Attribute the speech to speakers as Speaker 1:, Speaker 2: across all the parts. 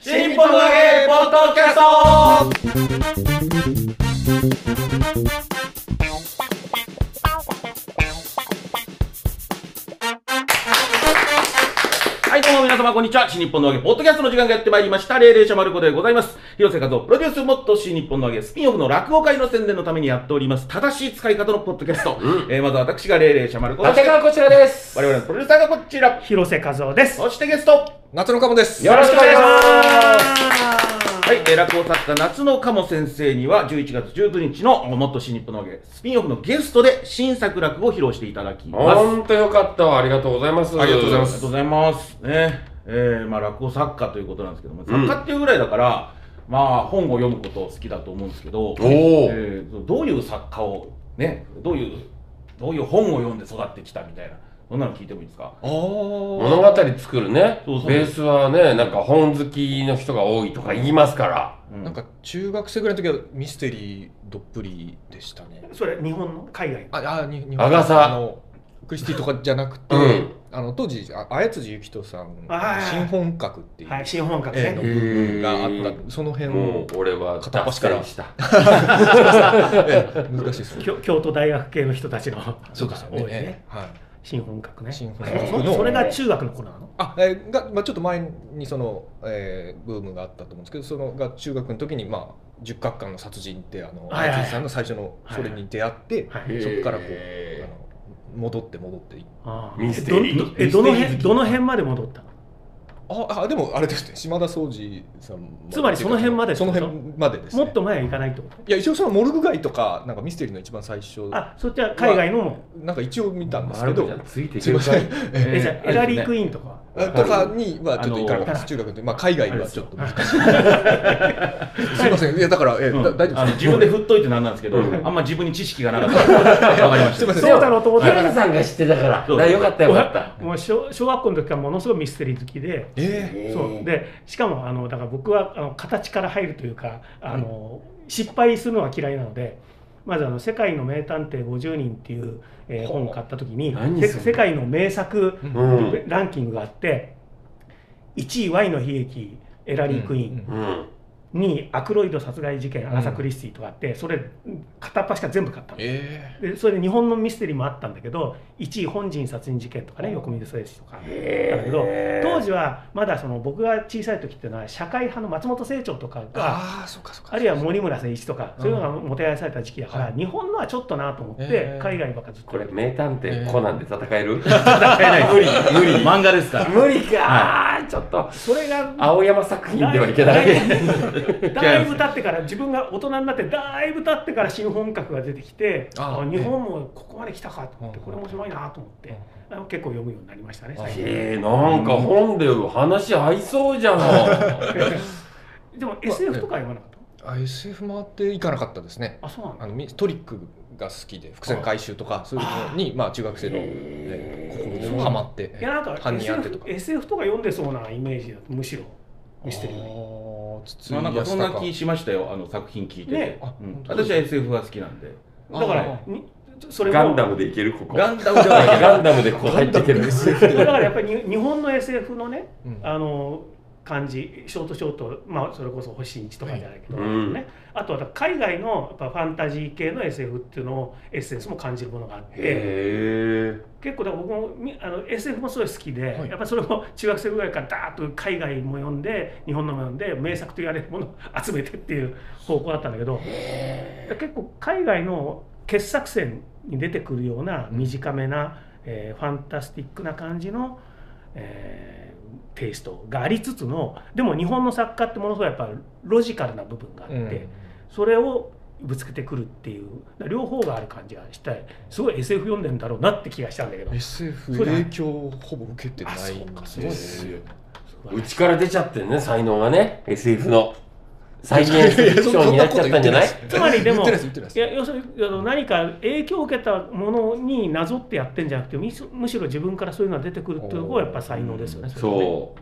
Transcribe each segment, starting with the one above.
Speaker 1: 新本土投げポッドキャストはい、どうも皆様、こんにちは。新日本の揚げ、ポッドキャストの時間がやってまいりました。霊霊者丸子でございます。広瀬和夫、プロデュース、もっと新日本の揚げ、スピンオフの落語会の宣伝のためにやっております。正しい使い方のポッドキャスト。えーまず私が霊霊者丸子
Speaker 2: 立川こちらです。
Speaker 1: 我々のプロデューサーがこちら。
Speaker 3: 広瀬和夫です。
Speaker 1: そしてゲスト。
Speaker 4: 夏のカモです。
Speaker 2: よろしくお願い
Speaker 1: ま
Speaker 2: し
Speaker 1: す。はい、えー落語作家夏野鴨先生には11月19日のもっと新日本の芸スピンオフのゲストで新作落語を披露していただきます。あ
Speaker 2: ほんとよかったわ。ありがとうございます。
Speaker 4: ありがとうございま
Speaker 1: りがとうございます。ね、えーまあ落語作家ということなんですけども、作家っていうぐらいだから、まあ本を読むこと好きだと思うんですけど、
Speaker 2: おー
Speaker 1: えーどういう作家をね、どういうどういう本を読んで育ってきたみたいな、そんなの聞いてもいいですか？
Speaker 4: ああ。
Speaker 2: 物語作るね
Speaker 1: そうそう
Speaker 2: ベースはね、なんか本好きの人が多いとか言いますから。
Speaker 1: うん
Speaker 4: なんか中学生ぐらいの時はミステリーどっぷりでしたね。
Speaker 3: それ日本の海外
Speaker 4: あ、あ、に、に
Speaker 2: アガサ
Speaker 4: あのクリスティとかじゃなくて、
Speaker 2: うん
Speaker 4: あの当時あ綾辻ゆきとさん
Speaker 3: あー
Speaker 4: 新本格っていう、
Speaker 3: はい、新本格
Speaker 4: 絵の
Speaker 3: ね。
Speaker 4: 部分があ
Speaker 2: へ
Speaker 4: っ
Speaker 2: ー
Speaker 4: た。その辺
Speaker 2: も
Speaker 4: を
Speaker 2: う、俺は
Speaker 4: 片っ端から
Speaker 2: 脱線した。
Speaker 4: ええ難しい ですね。
Speaker 3: 京京都大学系の人たちの
Speaker 4: そうですよね
Speaker 3: 多いね。
Speaker 4: ええはい。
Speaker 3: 新本格ね。
Speaker 4: 新本格の
Speaker 3: そそれが中学の頃なの。
Speaker 4: あ、えーがまあちょっと前にその、えーブームがあったと思うんですけど、そのが中学の時にまあ十角館の殺人ってあの
Speaker 3: はいはい
Speaker 4: 綾辻さんの最初のそれに出会って、
Speaker 3: は
Speaker 2: へ
Speaker 3: い。
Speaker 2: ー
Speaker 4: そこからこうあの戻って戻っていって
Speaker 3: あ
Speaker 2: ミステリー
Speaker 3: どどえどの
Speaker 2: ミステ
Speaker 3: 辺
Speaker 2: リー好き
Speaker 3: どの辺まで戻ったの？
Speaker 4: ああでもあれですね島田総司さんも
Speaker 3: つまりその辺までって
Speaker 4: そ
Speaker 3: こと
Speaker 4: の辺までです、ね、
Speaker 3: もっと前へ行かないってこと。
Speaker 4: いや一応そのモルグ街とかなんかミステリーの一番最初
Speaker 3: あ、そっちは海外のも。
Speaker 4: なんか一応見たんです
Speaker 2: マ
Speaker 4: け
Speaker 2: ルコ
Speaker 4: ど
Speaker 2: ちゃんついてい
Speaker 4: す
Speaker 2: け
Speaker 4: い
Speaker 2: る
Speaker 4: ま
Speaker 2: か
Speaker 4: せ
Speaker 2: い
Speaker 4: ん
Speaker 3: えじゃあエラリー・ク
Speaker 1: イ
Speaker 3: イーンとかは。
Speaker 4: あとかにはちょっと行かなかったで
Speaker 1: あ
Speaker 4: す中学で、まあ、海外はちょっと難しい すいませんいやだから、え
Speaker 1: うん
Speaker 4: だ大丈
Speaker 1: あ
Speaker 4: 夫
Speaker 1: の
Speaker 4: です
Speaker 1: 自分で振っといてなんなんですけど、
Speaker 2: うん
Speaker 1: あんま自分に知識がなかったからわかりまし
Speaker 4: すい
Speaker 1: た
Speaker 4: ません
Speaker 3: そうだろうと思って
Speaker 2: 平野さんが知ってたから。だ
Speaker 1: そう
Speaker 2: からよかったよかった。
Speaker 3: もう小小学校の時からものすごいミステリー好きで。
Speaker 4: え
Speaker 3: そうでしかもあのだから僕はあの形から入るというかあの、失敗するのは嫌いなのでまずあの「世界の名探偵50人」っていう、えー
Speaker 4: ほう
Speaker 3: 本を買った時に
Speaker 2: 何
Speaker 3: せ
Speaker 2: それ
Speaker 3: 世界の名作
Speaker 4: う
Speaker 2: うん。
Speaker 3: ランキングがあって1位「Y の悲劇」「エラ
Speaker 4: ー
Speaker 3: リー・クイーン」
Speaker 2: うん。
Speaker 3: にアクロイド殺害事件、
Speaker 4: うん
Speaker 3: アガサ・クリスティとかあって、それ、片っ端から全部買ったの
Speaker 4: え
Speaker 3: でそれで日本のミステリーもあったんだけど1位本陣殺人事件とかね横溝正史とかだけど当時はまだその僕が小さい時っていうのは社会派の松本清張とか
Speaker 4: ー、
Speaker 3: が
Speaker 4: ああそうかそうか
Speaker 3: あるいは森村誠一とか
Speaker 4: うん
Speaker 3: そういうのがもてはやされた時期だから、
Speaker 4: はい
Speaker 3: 日本のはちょっとなと思って、
Speaker 4: えー
Speaker 3: 海外ばっかずっと
Speaker 2: これ、名探偵コナンで戦える
Speaker 1: 戦えない無理無理漫画ですから
Speaker 2: 無理かー。ちょっと、
Speaker 3: それが
Speaker 2: 青山作品ではいけない。
Speaker 3: だいぶ経ってから自分が大人になってだいぶ経ってから新本格が出てきて
Speaker 4: あ
Speaker 3: あ日本もここまで来たかと思って
Speaker 4: うん
Speaker 3: これ面白いなと思ってあの結構読むようになりましたね最近
Speaker 2: えー、なんか本で話合いそう じゃん。
Speaker 3: でも SF とか読まなかっ
Speaker 4: あ SF 回っていかなかったですね
Speaker 3: たあそうなんだ
Speaker 4: あのみトリックが好きで伏線回収とかそういうのにまあ中学生の、えー、ここハマって
Speaker 3: いやなんか
Speaker 4: 犯人当てと
Speaker 3: SF,
Speaker 4: か
Speaker 3: SF とか読んでそうなイメージだとむしろミステリー
Speaker 4: あ
Speaker 3: よ
Speaker 4: ー筒井
Speaker 1: まあ、なんかそんな気
Speaker 4: 康
Speaker 1: しましたよあの作品聞いてて、
Speaker 3: ね
Speaker 4: あ
Speaker 1: うん
Speaker 4: 本当
Speaker 1: 私は SF が好きなんで
Speaker 3: りだか
Speaker 4: あ
Speaker 3: らにそれも
Speaker 2: ガンダムでいけるここ。
Speaker 1: ガンダムではないけ
Speaker 2: ガンダムでこう入っていける。
Speaker 3: だからやっぱりに日本の SF のね
Speaker 4: うん
Speaker 3: あの感じショートショート、まあ、それこそ星一とかじゃないけど、
Speaker 2: うん
Speaker 3: ね、あとは海外のやっぱファンタジー系の SF っていうのをエッセンスも感じるものがあって
Speaker 2: へ
Speaker 3: 結構だから僕もみあの SF もすごい好きで、
Speaker 4: はい
Speaker 3: やっぱそれも中学生ぐらいからダーッと海外も読んで日本のも読んで名作と言われるものを 集めてっていう方向だったんだけど結構海外の傑作選に出てくるような短めな、えーファンタスティックな感じの、えーテイストがありつつのでも日本の作家ってものすごいやっぱロジカルな部分があって、
Speaker 4: うん
Speaker 3: それをぶつけてくるっていう両方がある感じがしてすごい SF 読んでんだろうなって気がしたんだけど
Speaker 4: SF
Speaker 3: そうだ
Speaker 4: 影響をほぼ受けてな
Speaker 3: あ
Speaker 4: い
Speaker 3: そうか
Speaker 4: ん
Speaker 3: そう
Speaker 2: で
Speaker 4: ですす
Speaker 2: よ
Speaker 4: よ。
Speaker 2: ーうちから出ちゃってるね、才能がね。SF の。再現フィクションになっちゃったんじゃない
Speaker 3: つまりでも
Speaker 4: 言ってないです言ってない
Speaker 3: いや要するにあの何か影響を受けたものになぞってやってんじゃなくてむしむしろ自分からそういうのが出てくるっていうところがやっぱ才能ですよね。れはね
Speaker 2: そ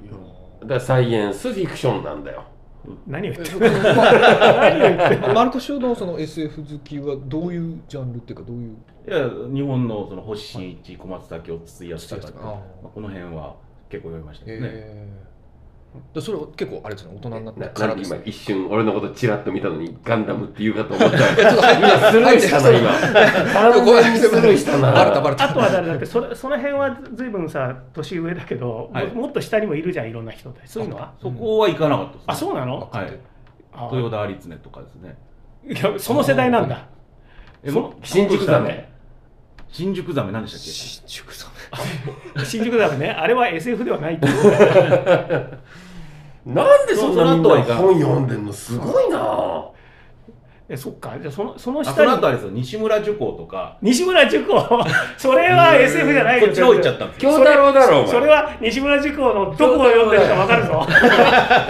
Speaker 2: う。だからサイエンスフィクションなんだよ。
Speaker 3: 何を言ってる
Speaker 4: ですま
Speaker 3: 何を言ってる
Speaker 4: あマル コシュのその SF 好きはどういうジャンルっていうかどういう
Speaker 1: どいや日本のその星新一小松崎を筒井康
Speaker 4: スタイ
Speaker 1: 隆
Speaker 4: ル
Speaker 1: と
Speaker 4: と
Speaker 1: か、
Speaker 4: か
Speaker 1: まあ、この辺は結構読みましたけどね、
Speaker 4: えでそれを結構あれですね大人になって
Speaker 2: な
Speaker 4: か
Speaker 2: な
Speaker 4: ら
Speaker 2: んで
Speaker 4: です
Speaker 2: 今
Speaker 4: ね
Speaker 2: 一瞬俺のことチラッと見たのにガンダムって言うかと思ったら
Speaker 4: ち ょっと入って
Speaker 2: 今スル ーしたな 今完全にスルーしたな
Speaker 4: バレたバレた
Speaker 3: あとはだってそれその辺はずいぶんさ年上だけど、
Speaker 1: はい
Speaker 3: ももっと下にもいるじゃんいろんな人ってそういうのは
Speaker 1: そこはいかなかったです、ね。
Speaker 3: あそうなの
Speaker 1: はい。
Speaker 3: あ
Speaker 1: 豊田有常とかですね。
Speaker 3: いやその世代なんだ
Speaker 1: え
Speaker 3: そ
Speaker 1: も
Speaker 2: 新宿だね
Speaker 1: 新宿ザメ何でしたっ
Speaker 4: 新宿さん
Speaker 3: 新宿だからねあれは SF ではないっていう
Speaker 2: なんでそんなみん
Speaker 1: その後はい
Speaker 2: な
Speaker 1: かん
Speaker 2: 本読んでんのすごいな
Speaker 3: えそっかじゃあそのその
Speaker 1: けあその
Speaker 3: 下
Speaker 1: 後あれ
Speaker 3: に
Speaker 1: ですよ、西村寿光とか、
Speaker 3: 西村塾子 それは SF じゃないよ
Speaker 1: こっちの方行っちゃったんですよ。
Speaker 2: 京太郎だろお前
Speaker 3: それは西村塾子のどこを読んでるかわかるぞ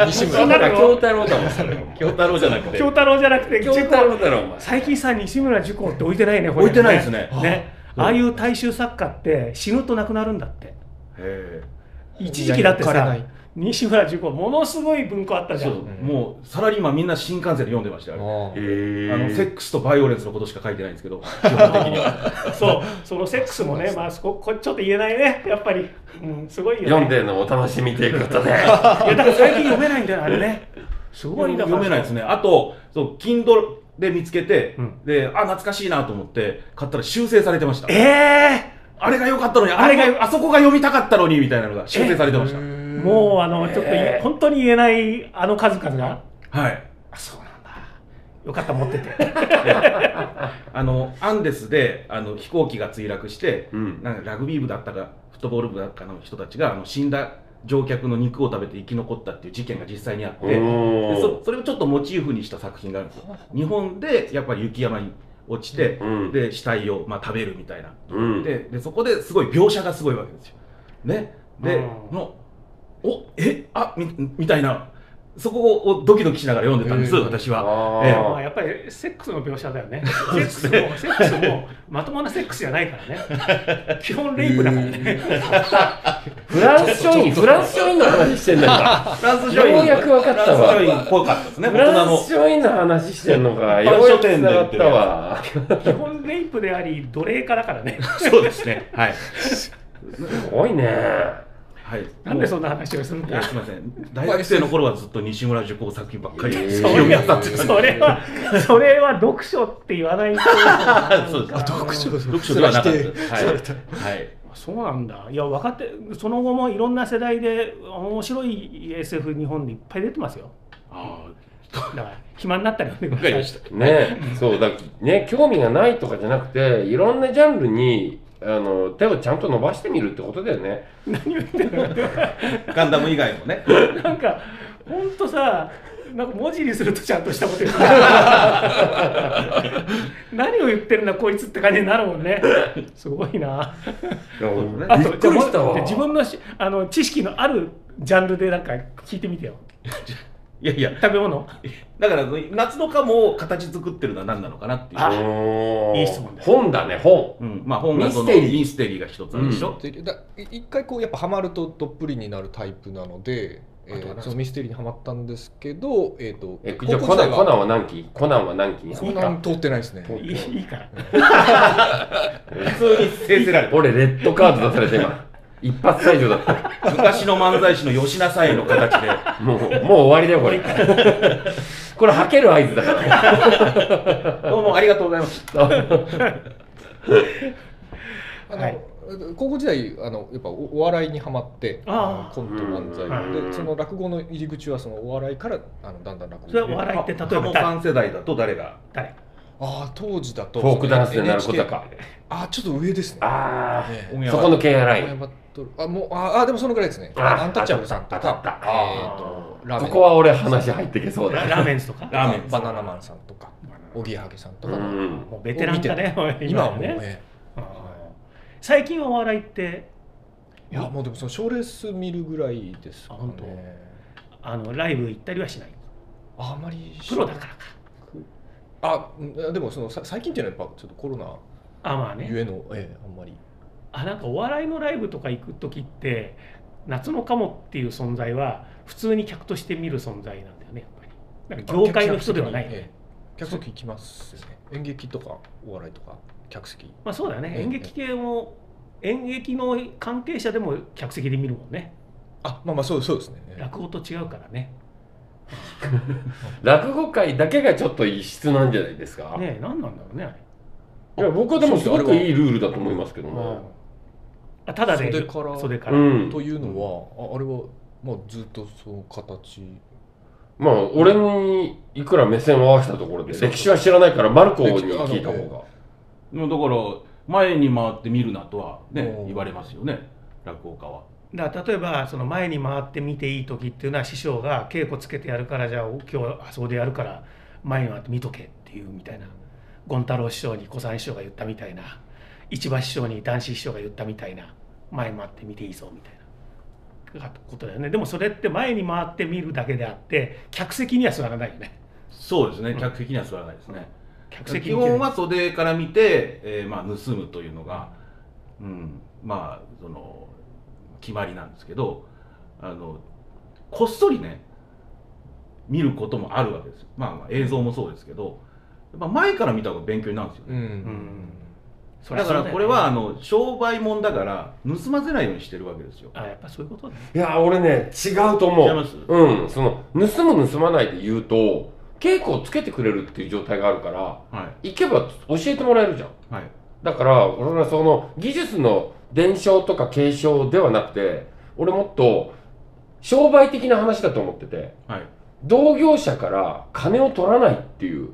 Speaker 4: 西
Speaker 3: そんな
Speaker 4: 村
Speaker 3: の
Speaker 2: 京太郎だもんそれ
Speaker 1: 京太郎じゃなくて。
Speaker 3: 京太郎じゃなくて
Speaker 2: 京
Speaker 3: 塾
Speaker 2: 太郎だろお前
Speaker 3: 最近さ西村塾子って置いてないねこれ
Speaker 1: 置いてないですね。
Speaker 3: ねああいう大衆作家って死ぬと亡くなるんだって
Speaker 1: へ
Speaker 3: 一時期だって
Speaker 4: いや
Speaker 3: さ
Speaker 4: いや抜かれない
Speaker 3: 西村塾子ものすごい文庫あった
Speaker 1: え。
Speaker 3: じ
Speaker 1: そ
Speaker 3: ゃ
Speaker 1: う、
Speaker 3: ん
Speaker 1: もうサラリーマンみんな新幹線で読んでましたよ。あれ
Speaker 4: あー
Speaker 1: あの
Speaker 2: え
Speaker 1: セックスとバイオレンスのことしか書いてないんですけど、 基本的には。
Speaker 3: そうそのセックスもねまあそここちょっと言えないねやっぱり、うん、すごいよね
Speaker 2: 読んでんのお楽しみということで
Speaker 3: いやだから最近読めないんだよあれねすごいだから
Speaker 1: 読めないですね。あと、そう、Kindle で見つけて、
Speaker 3: うん
Speaker 1: で、あ、懐かしいなと思って、買ったら修正されてました。
Speaker 3: ええ
Speaker 1: あれが良かったのに、あ
Speaker 3: あ
Speaker 1: れ
Speaker 3: れが
Speaker 1: が、あそこが読みたかったのに、みたいなのが修正されてました。
Speaker 3: もうあのちょっとい、
Speaker 2: えー
Speaker 3: 本当に言えないあの数々が
Speaker 1: はい。
Speaker 3: あそうなんだよかった持って て
Speaker 1: あの、アンデスで、あの、飛行機が墜落して、
Speaker 2: うん
Speaker 1: なんかラグビー部だったか、フットボール部だったかの人たちが、あの、死んだ乗客の肉を食べて生き残ったっていう事件が実際にあって、で
Speaker 2: お
Speaker 1: そそれをちょっとモチーフにした作品があるんですよ。日本で、やっぱり雪山に落ちて、
Speaker 2: うん
Speaker 1: で、死体を、まあ、食べるみたいな。
Speaker 2: うん
Speaker 1: ででそこですごい描写がすごいわけですよ。ね、で、
Speaker 3: うん
Speaker 1: のおえあみみたいなそこをドキドキしながら読んでたんです、
Speaker 4: へー
Speaker 1: 私
Speaker 2: あ
Speaker 1: は。
Speaker 2: ー
Speaker 1: ええ
Speaker 3: まあやっぱりセックスの描写だよねセックスもセックスもまともなセックスじゃないから ね基本レイプだからね
Speaker 2: フランス商品フランス商品の話してんだ今
Speaker 1: フランス
Speaker 2: ようやくわかったわ
Speaker 1: フランス書院っぽかったですね、
Speaker 2: フ
Speaker 1: 大人
Speaker 2: ラン
Speaker 1: の
Speaker 2: ス。商品の話してんのか
Speaker 1: 一
Speaker 2: よ
Speaker 1: 般
Speaker 2: うや
Speaker 1: 書
Speaker 2: く
Speaker 1: 店
Speaker 2: 伝
Speaker 1: で
Speaker 2: わ
Speaker 1: 売っ
Speaker 2: って
Speaker 1: る
Speaker 2: た
Speaker 1: やつ
Speaker 2: わ
Speaker 3: 基本レイプであり奴隷化だからね
Speaker 1: そうですね、はい。
Speaker 2: すごいね
Speaker 1: はい、
Speaker 3: なんでそ
Speaker 1: も
Speaker 3: んな話をするん
Speaker 1: ういや
Speaker 3: だ
Speaker 1: すみません、大学生の頃はずっと西村塾作品ばっかり
Speaker 2: え ー
Speaker 1: 読みやったっていう
Speaker 3: それはそれは読書って言わないと
Speaker 1: そうです
Speaker 4: あ読書
Speaker 1: 読書ではなかったです。はい
Speaker 4: そうだった
Speaker 1: はい
Speaker 3: そうなんだいや分かってその後もいろんな世代で面白い SF 日本でいっぱい出てますよ
Speaker 1: あ
Speaker 3: だから暇になったら読んでください
Speaker 2: ねそうだね興味がないとかじゃなくていろんなジャンルにあの手をちゃんと伸ばしてみるってことだよね
Speaker 1: ーガンダム以外もね、
Speaker 3: なんか、ほんとさ、なんか文字にするとちゃんとしたこと言 う。何を言ってるんだ、こいつって感じになるもんね。すごいな。
Speaker 1: ね
Speaker 3: あ
Speaker 2: びっくりしたわ
Speaker 3: じゃあ自分のしあの知識のあるジャンルでなんか聞いてみてよ。
Speaker 1: いやいや、
Speaker 3: 食べ物。
Speaker 1: だから夏のカモを形作ってるのは何なのかなっていう。
Speaker 2: おー
Speaker 3: いい質問です
Speaker 2: 本だね本
Speaker 1: うん、まあ本がその
Speaker 2: ミステリー
Speaker 1: ミステリーが一つあるでしょ、
Speaker 4: でだい一回こうやっぱハマるとどっぷりになるタイプなので、え
Speaker 1: あとは
Speaker 4: ー、
Speaker 1: 何
Speaker 4: そのミステリーにはまったんですけど、えっ、と
Speaker 2: えじゃあコナンコナンは何期コナンは何期に
Speaker 4: コナン通ってないですね。
Speaker 3: いいいいから。
Speaker 1: 普通に生成られ てる
Speaker 2: 俺レッドカード出された今一発退場だった
Speaker 1: 昔の漫才師の吉永さんの形で
Speaker 2: もうもう終わりだよこれこれ吐ける合図だから
Speaker 1: どうもありがとうございました
Speaker 4: あの、
Speaker 3: はい
Speaker 4: 高校時代あのやっぱおお笑いにはまって
Speaker 3: ああ
Speaker 4: コント漫才
Speaker 2: うん
Speaker 4: でその落語の入り口はそのお笑いからあのだんだん落語
Speaker 3: それはお笑いって例えば
Speaker 1: 鴨さ
Speaker 3: 誰
Speaker 1: ん世代だと誰が
Speaker 3: 誰
Speaker 4: ああ当時だと
Speaker 2: フォークダンスでなること
Speaker 4: NHK
Speaker 2: か
Speaker 4: ああちょっと上ですね
Speaker 2: あ
Speaker 4: ええ
Speaker 1: お
Speaker 2: あ
Speaker 1: 宮
Speaker 2: そこのケアラ
Speaker 4: 大
Speaker 2: イン
Speaker 4: 山とあもうああでもそのぐらいですねアンタッチャブルさんと
Speaker 2: 当
Speaker 4: か
Speaker 2: たった
Speaker 4: えー
Speaker 2: あ
Speaker 4: ラ
Speaker 2: ー
Speaker 4: ーメ
Speaker 2: こ
Speaker 4: ン
Speaker 2: こは俺話入ってけそう
Speaker 3: ラ
Speaker 2: だ
Speaker 3: ラーメンズとか。
Speaker 1: ラーメン
Speaker 4: バナナマンさんとかおぎやはぎさんとか、
Speaker 2: うん
Speaker 3: もうベテランだね、
Speaker 4: 今はもう
Speaker 3: ね。
Speaker 4: ね
Speaker 3: うん最近はお笑いって、
Speaker 4: いやもうでもその賞レース見るぐらいですか
Speaker 3: あ本当
Speaker 4: ね
Speaker 3: あのライブ行ったりはしない。
Speaker 4: ああまり
Speaker 3: プロだからか。
Speaker 4: あうんでもそのさ最近っていうのはやっぱちょっとコロナ
Speaker 3: あ、まあね。
Speaker 4: ゆえの、ええあんまり
Speaker 3: あなんかお笑いのライブとか行く時って夏のカモっていう存在は普通に客として見る存在なんだよねやっぱりなんか業界の人ではない、
Speaker 4: 客席にええ客席行きますね演劇とかお笑いとか客席
Speaker 3: まあそうだね
Speaker 4: ええ
Speaker 3: 演劇系も演劇の関係者でも客席で見るもんね
Speaker 4: あまあまあそうそうですね
Speaker 3: 落語と違うからね
Speaker 2: 落語界だけがちょっと異質なんじゃないですか、
Speaker 3: ねえ何なんだろうねあれ
Speaker 2: いや僕はでもすごくいいルールだと思いますけどね
Speaker 3: あただで
Speaker 4: 袖から
Speaker 3: 袖か
Speaker 2: う
Speaker 3: ら、
Speaker 2: ん
Speaker 4: というのはああれは、まあ、ずっとその形
Speaker 2: まあ俺にいくら目線を合わせたところで
Speaker 4: そうそう
Speaker 2: 歴史は知らないからマルコに聞いた方が
Speaker 1: もうだから前に回って見るなとはね
Speaker 4: おー
Speaker 1: 言われますよね落語家は
Speaker 3: だから例えばその前に回って見ていい時っていうのは師匠が稽古つけてやるからじゃあ今日はあそこでやるから前に回って見とけっていうみたいな権太郎師匠に小三師匠が言ったみたいな市場師匠に男子師匠が言ったみたいな前に回って見ていいぞみたいな。ことだよね、でもそれって前に回って見るだけであって客席には座らないよね
Speaker 1: そうですね
Speaker 3: ん
Speaker 1: 客席には座らないですね、
Speaker 3: 客席
Speaker 1: 基
Speaker 3: に行けない
Speaker 1: 本は袖から見て、えーまあ、盗むというのが、うん、まあその決まりなんですけどあのこっそりね見ることもあるわけですよ、まあ、まあ映像もそうですけどやっぱ前から見た方が勉強になるんですよね、
Speaker 4: うん、
Speaker 3: そりゃ
Speaker 1: だ
Speaker 3: そ
Speaker 1: か
Speaker 3: う
Speaker 1: ら
Speaker 3: よね
Speaker 1: これはあの商売もんだから盗ませないようにしてるわけですよ
Speaker 3: あやっぱそういうことね
Speaker 2: いや俺ね違うと思
Speaker 1: 違いうます
Speaker 2: うんその盗む盗まないで言うと稽古をつけてくれるっていう状態があるから
Speaker 1: はい
Speaker 2: 行けば教えてもらえるじゃん
Speaker 1: はい
Speaker 2: だから俺はその技術の伝承とか継承ではなくて俺もっと商売的な話だと思ってて
Speaker 1: はい
Speaker 2: 同業者から金を取らないっていう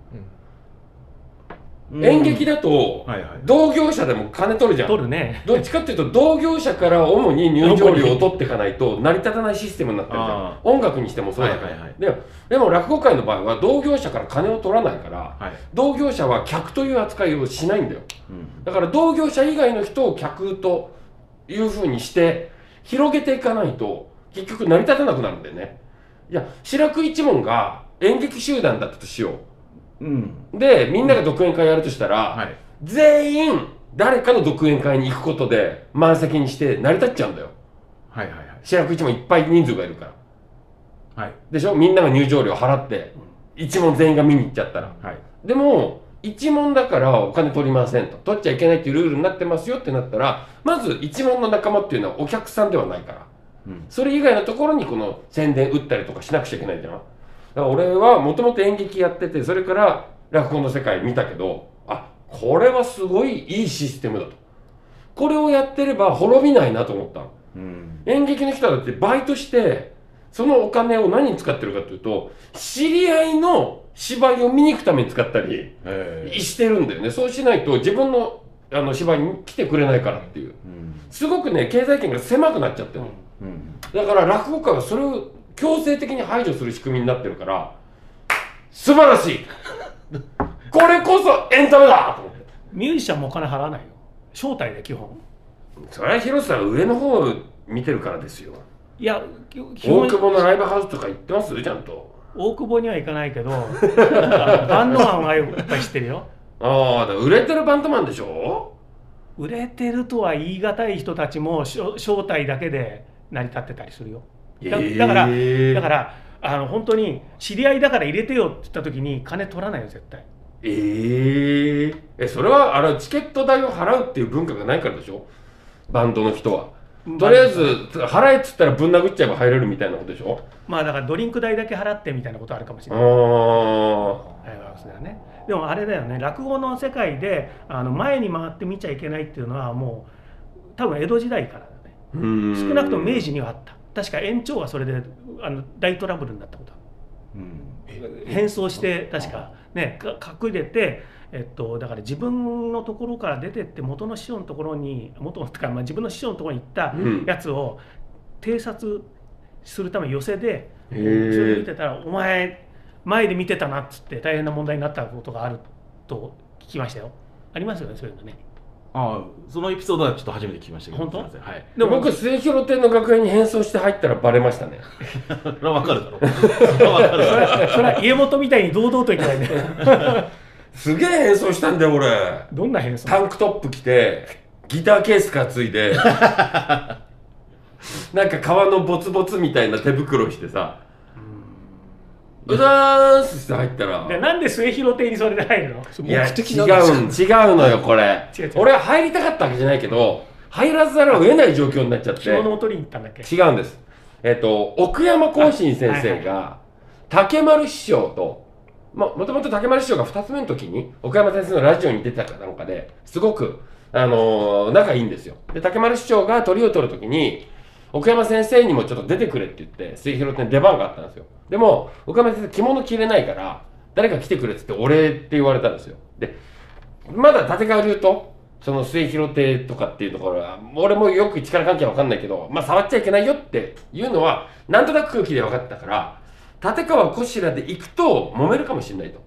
Speaker 1: うん
Speaker 2: 演劇だと
Speaker 1: はいはい
Speaker 2: 同業者でも金取るじゃん
Speaker 3: 取るね
Speaker 2: どっちかっていうと同業者から主に入場料を取っていかないと成り立たないシステムになってるじゃん
Speaker 1: あ
Speaker 2: 音楽にしてもそうだか
Speaker 1: は
Speaker 2: ら、
Speaker 1: いはいはい
Speaker 2: でもでも落語界の場合は同業者から金を取らないから
Speaker 1: はい、
Speaker 2: 同業者は客という扱いをしないんだよ
Speaker 1: うん
Speaker 2: だから同業者以外の人を客というふうにして広げていかないと結局成り立たなくなるんだよねいや白く一門が演劇集団だったとしよ
Speaker 1: うん
Speaker 2: うでみんなが独演会やるとしたら、
Speaker 1: はい
Speaker 2: 全員誰かの独演会に行くことで満席にして成り立っちゃうんだよ
Speaker 1: はいはいはい
Speaker 2: 白く一門いっぱい人数がいるから
Speaker 1: はい
Speaker 2: でしょみんなが入場料払って一問全員が見に行っちゃったら
Speaker 1: はい
Speaker 2: でも一問だからお金取りませんと取っちゃいけないっていうルールになってますよってなったらまず一問の仲間っていうのはお客さんではないから
Speaker 1: うん
Speaker 2: それ以外のところにこの宣伝打ったりとかしなくちゃいけないじゃんだから俺はもともと演劇やっててそれから落語の世界見たけどあこれはすごいいいシステムだとこれをやってれば滅びないなと思ったの
Speaker 1: うん
Speaker 2: 演劇の人はだってバイトしてそのお金を何に使ってるかというと知り合いの芝居を見に行くために使ったり
Speaker 1: ええ
Speaker 2: してるんだよねそうしないと自分のあの芝居に来てくれないからっていう
Speaker 1: うん
Speaker 2: すごくね経済圏が狭くなっちゃってるの
Speaker 1: うん
Speaker 2: だから落語家がそれを強制的に排除する仕組みになってるから素晴らしいこれこそエンタメだと思って
Speaker 3: ミュージシャンもお金払わないよ招待で基本
Speaker 2: それは広瀬さん上の方を見てるからですよ
Speaker 3: いや基基
Speaker 2: 大
Speaker 3: 本
Speaker 2: 久保のライブハウスとか行ってますちゃんと
Speaker 3: 大久保には行かない けど万能案はいっぱい知ってるよ
Speaker 2: ああだから売れてるバンドマンでしょ
Speaker 3: 売れてるとは言い難い人たちもしょ招待だけで成り立ってたりするよだだから
Speaker 2: えー
Speaker 3: だからあの本当に知り合いだから入れてよって言った時に金取らないよ絶対
Speaker 2: えーえそれはあれチケット代を払うっていう文化がないからでしょバンドの人はとりあえず払えっつったらぶん殴っちゃえば入れるみたいなことでしょ
Speaker 3: まあだからドリンク代だけ払ってみたいなことあるかもしれない
Speaker 2: あ
Speaker 3: ありますよね。でもあれだよね落語の世界であの前に回って見ちゃいけないっていうのはもう多分江戸時代からだね
Speaker 2: あー
Speaker 3: 少なくとも明治にはあった確か園長はそれであの大トラブルになったことある
Speaker 1: うん
Speaker 3: 変装して確かねか隠れて、えっと、だから自分のところから出てって元の師匠のところに元のってか、まあ、自分の師匠のところに行った
Speaker 2: うん
Speaker 3: やつを偵察するために寄せで
Speaker 2: へ
Speaker 3: そ
Speaker 2: ー
Speaker 3: れ見てたら「お前前で見てたな」っつって大変な問題になったことがあると聞きましたよありますよねそういうのね
Speaker 1: ああそのエピソードはちょっと初めて聞きましたけど
Speaker 3: 本当
Speaker 1: すいませんはい
Speaker 2: でも僕末広亭の楽屋に変装して入ったらバレましたね
Speaker 1: それは分かるだろうそれは分かる
Speaker 3: そ
Speaker 1: だろ
Speaker 3: れ
Speaker 1: う
Speaker 3: はそれは家元みたいに堂々といけないね
Speaker 2: すげえ変装したんだよ俺
Speaker 3: どんな変装
Speaker 2: タンクトップ着てギターケース担いでなんか革のボツボツみたいな手袋してさ「うざーす」って入ったら
Speaker 3: でなんで末広亭にそれで入るの
Speaker 4: そ
Speaker 2: い
Speaker 4: れ
Speaker 2: や
Speaker 4: 目
Speaker 2: 違
Speaker 4: 的なんですか
Speaker 2: うん違うのよこれ
Speaker 3: 違う違う
Speaker 2: 俺は入りたかったわけじゃないけど入らざるを得ない状況になっちゃって
Speaker 3: 着物を取りに行ったんだっけ
Speaker 2: 違うんですえっと、奥山浩信先生が、竹丸師匠と、まあ、もともと竹丸師匠が2つ目の時に、奥山先生のラジオに出てたかなんかで、すごく、あのー仲いいんですよ。で、竹丸師匠が鳥を取る時に、奥山先生にもちょっと出てくれって言って、末広って出番があったんですよ。でも、奥山先生着物着れないから、誰か来てくれって言って、お礼って言われたんですよ。で、まだ立川流と、その末広亭とかっていうところは、俺もよく力関係は分かんないけど、まあ触っちゃいけないよっていうのは、なんとなく空気で分かったから、立川こしらで行くと揉めるかもしれないと。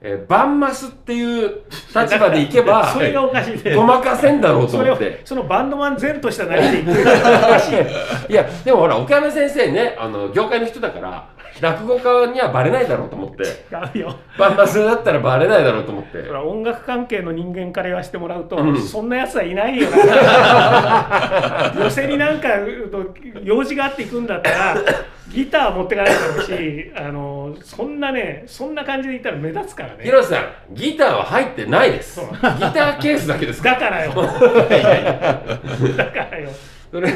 Speaker 2: えーバンマスっていう立場で行け ば
Speaker 3: そ、れがおかしいね。
Speaker 2: ごまかせんだろうと
Speaker 3: それ
Speaker 2: 思
Speaker 3: を
Speaker 2: って。
Speaker 3: そのバンドマン前とした何で言ってる
Speaker 2: いや、でもほら、岡山先生ね、あの、業界の人だから、落語家にはバレないだろうと思って、
Speaker 3: かあるよ。
Speaker 2: バンマスだったらバレないだろうと思って。
Speaker 3: それは音楽関係の人間から言わせてもらうと、
Speaker 2: うん
Speaker 3: そんなやつはいないよな 寄せになんか用事があって行くんだったらギター持ってかないだろうしあのそんなねそんな感じでいったら目立つからね
Speaker 2: 広瀬さん、ギターは入ってないです。
Speaker 3: そう
Speaker 2: ギターケースだけですか
Speaker 3: だから よだからよ
Speaker 2: それ、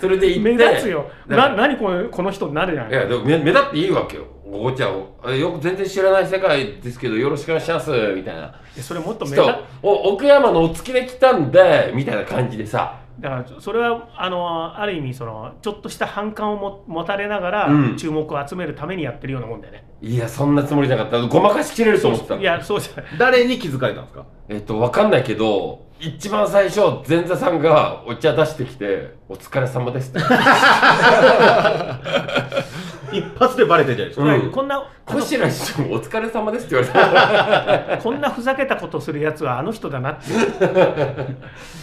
Speaker 2: それで行って。
Speaker 3: 目立つよ
Speaker 2: だから
Speaker 3: な何このこの人になるじゃない
Speaker 2: いや、でも目目立っていいわけよ。おごちゃを。えよく全然知らない世界ですけど、よろしくお願いします、みたいな。
Speaker 3: それもっと目立
Speaker 2: 人お奥山のお付きで来たんで、みたいな感じでさ。
Speaker 3: だからそれはあのある意味そのちょっとした反感をも持たれながら
Speaker 2: うん
Speaker 3: 注目を集めるためにやってるようなもんだよね、
Speaker 2: いや、そんなつもりじゃなかった。ごまかしきれると思ってたの
Speaker 3: いやそうじゃない
Speaker 1: 誰に気づかれたんですか
Speaker 2: えっと、わかんないけど、一番最初、前座さんがお茶出してきて、お疲れ 様ですって。
Speaker 1: 一発でバレてるじゃないですか、
Speaker 2: うん
Speaker 3: こんな
Speaker 2: 小白師匠もお疲れ様ですって言われ
Speaker 3: こんなふざけたことするやつはあの人だな って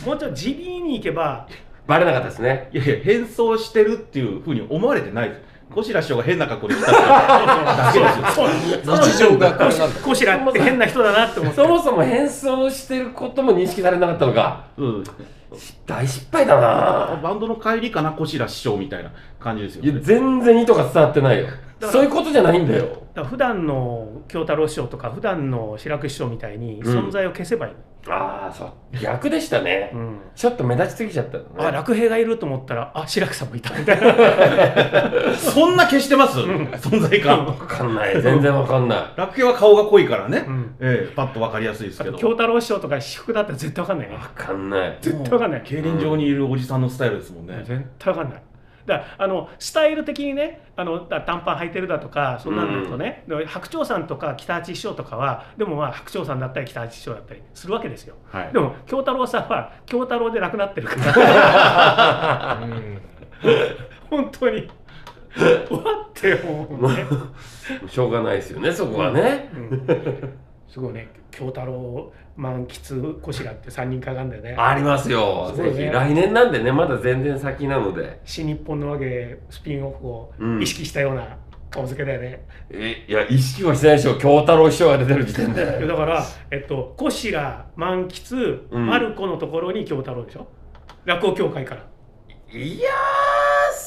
Speaker 3: もうちょっと地味に行けば
Speaker 2: た。 バレなかったですね。
Speaker 1: いやいや変装してるっていうふうに思われてないです小白師匠が変な格好で来ただけですよ
Speaker 3: そう
Speaker 4: 日常がこれなんだ
Speaker 3: コシラって変な人だなって思って
Speaker 2: そもそも変装してることも認識されなかったのが、
Speaker 1: うん
Speaker 2: 大失敗だなぁ
Speaker 1: バンドの帰りかな小白師匠みたいな感じですよ
Speaker 2: いや、
Speaker 1: ね
Speaker 2: 全然意図が伝わってないよ。
Speaker 3: ら
Speaker 2: そういうことじゃないんだよ。
Speaker 3: だから普段の京太郎師匠とか普段の志らく師匠みたいに存在を消せばいい、
Speaker 2: ああ、そう。逆でしたね。
Speaker 3: うん
Speaker 2: ちょっと目立ちすぎちゃったのね。
Speaker 3: あ楽平がいると思ったらあ志らくさんもいたみたいな
Speaker 1: そんな消してます、存在感
Speaker 2: わかんない。全然わかんない。
Speaker 1: 楽屋は顔が濃いからね、
Speaker 3: うん
Speaker 1: ええパッとわかりやすいですけど
Speaker 3: 京太郎師匠とか私服だったら絶対わかんないね
Speaker 2: わかんない。
Speaker 3: 絶対わかんない
Speaker 1: 競輪場にいるおじさんのスタイルですもんね、
Speaker 3: 絶対わかんない。だからあのスタイル的にねあのだ短パン履いてるだとかそんなのだとね、で白鳥さんとか北八師匠とかはでもまあ白鳥さんだったり北八師匠だったりするわけですよ、
Speaker 1: はい
Speaker 3: でも京太郎さんは京太郎でなくなってるから
Speaker 4: うん
Speaker 3: 本当にわって思うね、
Speaker 2: しょうがないですよね、そこはね。
Speaker 3: うんすごいね京太郎満喫こしらって3人かかんだよね
Speaker 2: ありますよ。
Speaker 3: そう
Speaker 2: ぜ
Speaker 3: ね
Speaker 2: ひ来年なんでね、まだ全然先なので。
Speaker 3: 新日本のわけスピンオフを
Speaker 2: うん
Speaker 3: 意識したような顔付けだよね、
Speaker 2: えいや、意識はしてないでしょ。京太郎師匠が出てる時点
Speaker 3: いや
Speaker 2: で。
Speaker 3: だから、えっと、コシラ、満喫、
Speaker 2: うん
Speaker 3: マルコのところに京太郎でしょ、落語協会から。
Speaker 2: いや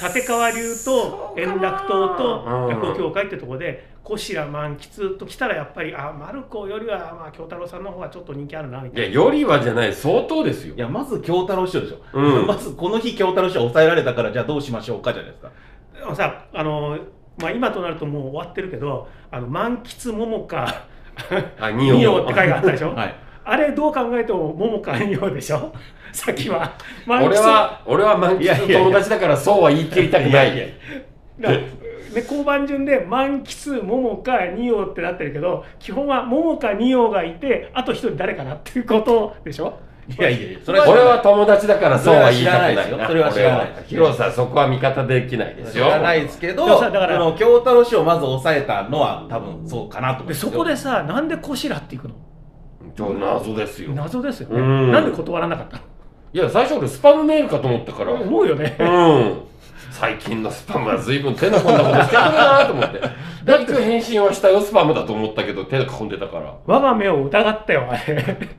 Speaker 2: ー
Speaker 3: 立川流と円楽
Speaker 2: そう
Speaker 3: 党
Speaker 2: か
Speaker 3: と
Speaker 2: な
Speaker 3: 落語
Speaker 2: うん
Speaker 3: 協会ってところで、コシラ、満喫と来たら、やっぱり、あ、マルコよりは、まあ、京太郎さんの方がちょっと人気あるな、み
Speaker 2: い
Speaker 3: た
Speaker 2: や、
Speaker 3: いな。
Speaker 2: よりはじゃない、相当ですよ
Speaker 1: い。や、まず京太郎師匠でしょ。
Speaker 2: うん
Speaker 1: まずこの日京太郎師匠抑えられたから、じゃあどうしましょうかじゃないですか。
Speaker 3: でもさ、あの、まあ、今となるともう終わってるけど、あの、満喫、桃か、
Speaker 2: あ、
Speaker 3: 二
Speaker 2: 二
Speaker 3: 葉
Speaker 2: 葉
Speaker 3: って会があったでしょ、
Speaker 1: はい。
Speaker 3: あれ、どう考えても桃か二葉でしょ さっきは。満喫
Speaker 2: 俺は、俺は満
Speaker 1: いやい
Speaker 2: 喫
Speaker 1: やいや
Speaker 2: の友達だから、そうは言い切りたくない。
Speaker 3: だからね、交番順で満喫、桃か二葉ってなってるけど、基本は桃か二葉がいて、あと一人誰かなっていうことでしょ。
Speaker 1: いやいやいや、それは
Speaker 2: 俺は友達だから、そうは言いたくない
Speaker 1: それは知らないですよ
Speaker 2: 広さん、そこは味方できないです
Speaker 1: 知
Speaker 2: よ。
Speaker 1: らないですけど、
Speaker 3: だ
Speaker 1: こ
Speaker 3: からだから
Speaker 1: の京太郎師匠をまず抑えたのは多分そうかなと思うん
Speaker 3: で、
Speaker 1: す
Speaker 3: そ
Speaker 1: よ
Speaker 3: こでさ、なんでこしらっていくの
Speaker 2: ちょ謎ですよ。
Speaker 3: 謎ですよ
Speaker 2: う
Speaker 3: ね。
Speaker 2: ん
Speaker 3: なんで断らなかった
Speaker 2: いや、最初俺スパムメールかと思ったから。
Speaker 3: の思うよね。
Speaker 2: うん。最近のスパムは随分手の込んだことしてくるなと思って。だいぶ返信はしたよ、スパムだと思ったけど、手が込んでたから。
Speaker 3: 我が目を疑ったよ、あれ。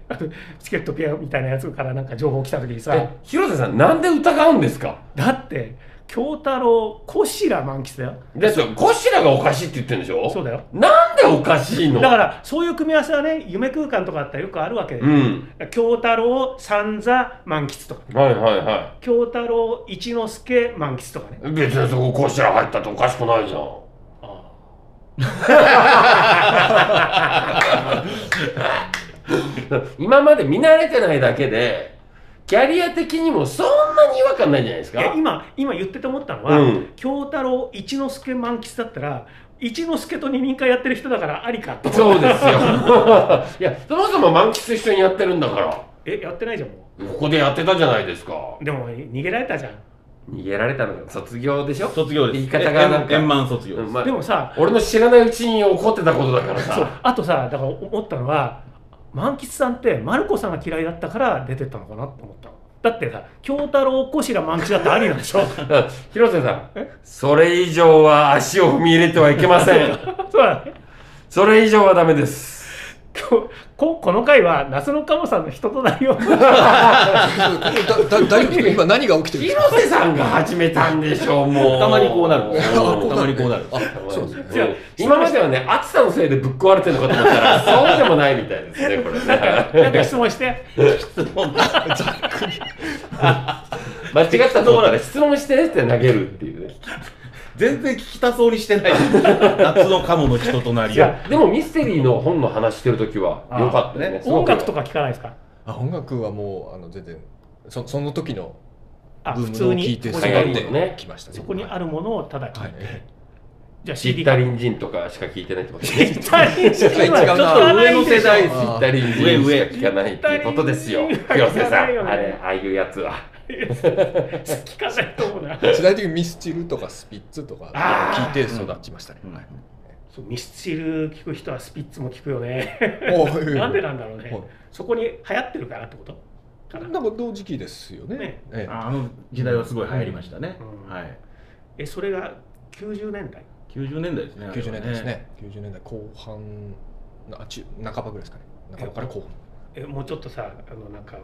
Speaker 3: チケットピアみたいなやつからなんか情報来た時にさ
Speaker 2: え、、広瀬さん、なんで疑うんですか
Speaker 3: だって、京太郎コシラ満喫だよ
Speaker 2: ですよ、ゴシラがおかしいって言ってるんでし
Speaker 3: そう
Speaker 2: ょ
Speaker 3: だよ
Speaker 2: なんでおかしいの
Speaker 3: だからそういう組み合わせはね夢空間とかだったらよくあるわけで、
Speaker 2: うん。
Speaker 3: 京太郎三座満喫とか
Speaker 2: はいはいは
Speaker 3: 京太郎一之助満喫とかね
Speaker 2: い。別にそこゴシラ入ったっておかしくないじゃん。 今まで見慣れてないだけで、キャリア的にもそんなに違和感ないんじゃないです
Speaker 3: いや
Speaker 2: か
Speaker 3: 今今言ってて思ったのは、
Speaker 2: うん
Speaker 3: 京太郎一之助満喫だったら一之助と二人会やってる人だからありかと
Speaker 2: そうですよ。 いや、そもそも満喫一緒にやってるんだから。
Speaker 3: えやってないじゃんも
Speaker 2: ここでやってたじゃないですか。
Speaker 3: うでも逃げられたじゃん
Speaker 2: 逃げられたのが卒業でしょ
Speaker 1: 卒業です。
Speaker 2: 言い方がなん
Speaker 1: え
Speaker 2: か。
Speaker 1: 円満卒業
Speaker 2: う
Speaker 1: です
Speaker 2: んまあ
Speaker 3: でもさ
Speaker 2: 俺の知らないうちに怒ってたことだから
Speaker 3: そう
Speaker 2: さ。
Speaker 3: あとさだから思ったのは満喫さんってマルコさんが嫌いだったから出てったのかなって思ったのだってさ京太郎こしら満喫だってありなんでし ょ
Speaker 2: だから 広瀬さん、それ以上は足を踏み入れてはいけません。
Speaker 3: そうだね
Speaker 2: それ以上はダメです。
Speaker 3: 今日ここの回は夏のカモさんの人と なりを
Speaker 4: だだ大丈夫今何が起きてるんですか
Speaker 2: 広瀬さんが始めたんでしょう、もう。
Speaker 1: たまにこうなる。
Speaker 2: うん
Speaker 1: たまにこうなる。
Speaker 4: あ
Speaker 2: たまに
Speaker 4: そうですね
Speaker 2: うん今まではね、暑さのせいでぶっ壊れてるのかと思ったら、そうでもないみたいですね、これね。
Speaker 3: なんか質問して
Speaker 2: 間違ったところで質問してねって投げるっていうね。
Speaker 1: 全然聞きたそうにしてない。 夏のカモの人とないりを。
Speaker 2: や、でもミステリーの本の話してるときは、よかったね
Speaker 1: あ。
Speaker 2: すご
Speaker 3: 音
Speaker 2: く良
Speaker 3: 楽とか聞かないですか
Speaker 4: あ音楽はもうあの全然そその時の
Speaker 3: あ
Speaker 4: ブ
Speaker 3: 普
Speaker 4: ーム
Speaker 3: 通
Speaker 4: を聞い
Speaker 3: に
Speaker 4: て
Speaker 3: こ
Speaker 2: こ
Speaker 3: こに
Speaker 2: が
Speaker 3: あ
Speaker 2: い
Speaker 3: る
Speaker 2: い
Speaker 4: 育ってきましたね
Speaker 3: そこにあるものをただ聞いて、
Speaker 4: はい
Speaker 3: じゃあ
Speaker 2: 知っ
Speaker 3: CD
Speaker 2: た
Speaker 3: か
Speaker 2: 隣人とかしか聞いてないってことで
Speaker 3: 知
Speaker 2: すね。
Speaker 3: ったりちょっと
Speaker 4: 違うな
Speaker 1: 上の世代
Speaker 2: 知った隣人しか聞かないっていうことですよ。
Speaker 3: 上上
Speaker 2: 広瀬さん、
Speaker 3: 知った隣人は聞かないよね
Speaker 2: あれ、ああいうやつは。
Speaker 3: 聞かないと思うな
Speaker 4: 世代的にミスチルとかスピッツとか聞いて育ちましたね
Speaker 1: うん
Speaker 3: そうミスチル聞く人はスピッツも聞くよね
Speaker 4: おい
Speaker 3: なんでなんだろうね、
Speaker 4: はい
Speaker 3: そこに流行ってるからってことかな
Speaker 4: なんか同時期ですよね
Speaker 3: ね
Speaker 4: ええ
Speaker 1: ああの時代はすごい流行りましたね。
Speaker 3: うん
Speaker 1: はい。
Speaker 3: えそれが90年代
Speaker 1: 90年代ですね。あれは
Speaker 4: 90年代です。ね90年代後半あ中半ばぐらいですかね半ばから後半
Speaker 3: えもうちょっとさあのなんか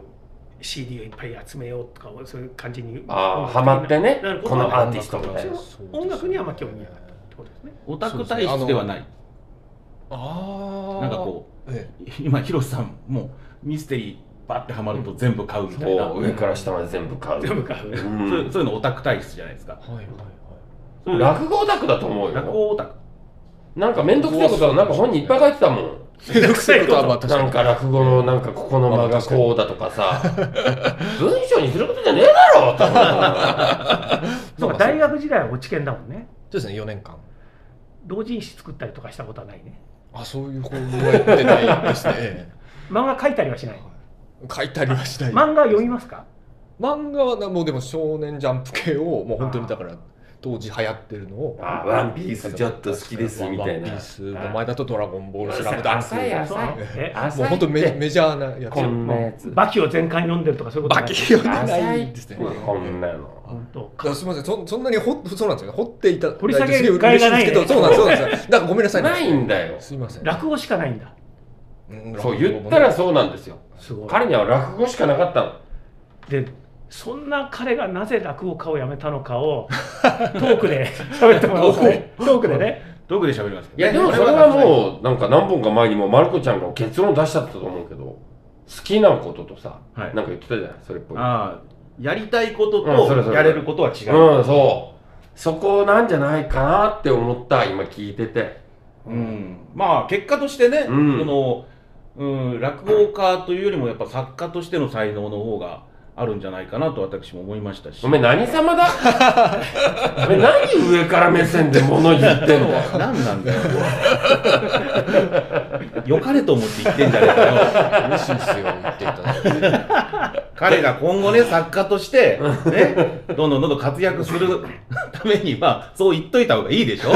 Speaker 3: CD をいっぱい集めようとかそういう感じに
Speaker 2: ああ、ハマってね
Speaker 3: なる、ほど
Speaker 2: このアーティストみたいな。
Speaker 4: そうです
Speaker 3: 音楽にはあんま興味がなかったってことですね
Speaker 1: オタク体質ではない。
Speaker 4: ああ
Speaker 1: なんかこう、
Speaker 4: え
Speaker 1: 今、ヒロシさんもミステリーバッてハマると全部買うみたいな。
Speaker 2: こう上から下まで全部 買
Speaker 3: 全
Speaker 2: う。
Speaker 3: 部買う
Speaker 2: う
Speaker 1: そういうんそういうのオタク体質じゃないですか。
Speaker 4: えはいはいはい
Speaker 1: そういうの
Speaker 2: 落語オタクだと思う
Speaker 1: 落
Speaker 2: よ。
Speaker 1: 語オタク。
Speaker 2: なんかめんどくさいことは、なんか本にいっぱい書いてたもん。
Speaker 4: めんどくさいことはまあ確か
Speaker 2: な
Speaker 4: に
Speaker 2: んか落語のなんかここの間がこうだとか さ、文章にすることじゃねえだろと思
Speaker 3: そうか大学時代は落ち研だもんね
Speaker 4: そうですね4年間
Speaker 3: 同人誌作ったりとかしたことはないね
Speaker 4: あそういう方向はやってないですね え
Speaker 3: 漫画書いたりはしない
Speaker 4: え書いたりはしない
Speaker 3: 漫画読みますか
Speaker 4: 漫画はなもうでも少年ジャンプ系をもう本当にだから当時流行ってるのを
Speaker 2: あワンピー スちょっと好きですみたいな
Speaker 4: ワンピースの前だとドラゴンボールスラムダンク
Speaker 2: 浅い
Speaker 4: も
Speaker 2: 浅い
Speaker 3: え
Speaker 2: 浅
Speaker 4: う
Speaker 2: い
Speaker 4: 本当メメジャーなやつ
Speaker 2: こんなやつ
Speaker 3: バキを全巻読んでるとかそういうこと
Speaker 4: バ
Speaker 3: ない
Speaker 4: キよな
Speaker 2: 浅
Speaker 4: い
Speaker 2: い
Speaker 4: ですね
Speaker 2: こんなの
Speaker 3: 本当
Speaker 4: だからすみませんそそんなに掘そうなんですよね掘っていただいて
Speaker 3: 掘り下げる甲斐がないね
Speaker 4: 嬉しんですけどそうなんですそうなんですだからごめんなさいね
Speaker 2: ないんだよ
Speaker 4: すいません
Speaker 3: 落語しかないんだ
Speaker 4: うん
Speaker 2: そう言ったらそうなんですよ
Speaker 3: すごい
Speaker 2: 彼には落語しかなかったの
Speaker 3: でそんな彼がなぜ落語家をやめたのかをトークで喋ってもらおうねトークでね
Speaker 1: どこで喋りますか
Speaker 2: いやでもそれはもうなんか何本か前にもまる子ちゃんが結論出しちゃったと思うけど好きなこととさ
Speaker 1: は
Speaker 2: ないんか言ってたじゃないそれっぽい
Speaker 1: ああやりたいこと
Speaker 2: うんそれそ
Speaker 1: と
Speaker 2: れ
Speaker 1: やれることは違う。
Speaker 2: うんそうそこなんじゃないかなって思った今聞いてて
Speaker 1: うんまあ結果としてね、
Speaker 2: うん
Speaker 1: そのうん、落語家というよりもやっぱ作家としての才能の方があるんじゃないかなと私も思いましたし
Speaker 2: お。めえ何様 だおめえ何上から目線で物言ってん の
Speaker 1: 何なんだ よ。良かれと思って言ってんじゃねえかよ。
Speaker 4: 嬉しいですよ言っていただいて
Speaker 1: 彼が今後ね、作家として、ね、どんどんどんどん活躍するためには、そう言っといた方がいいで しょ。
Speaker 2: い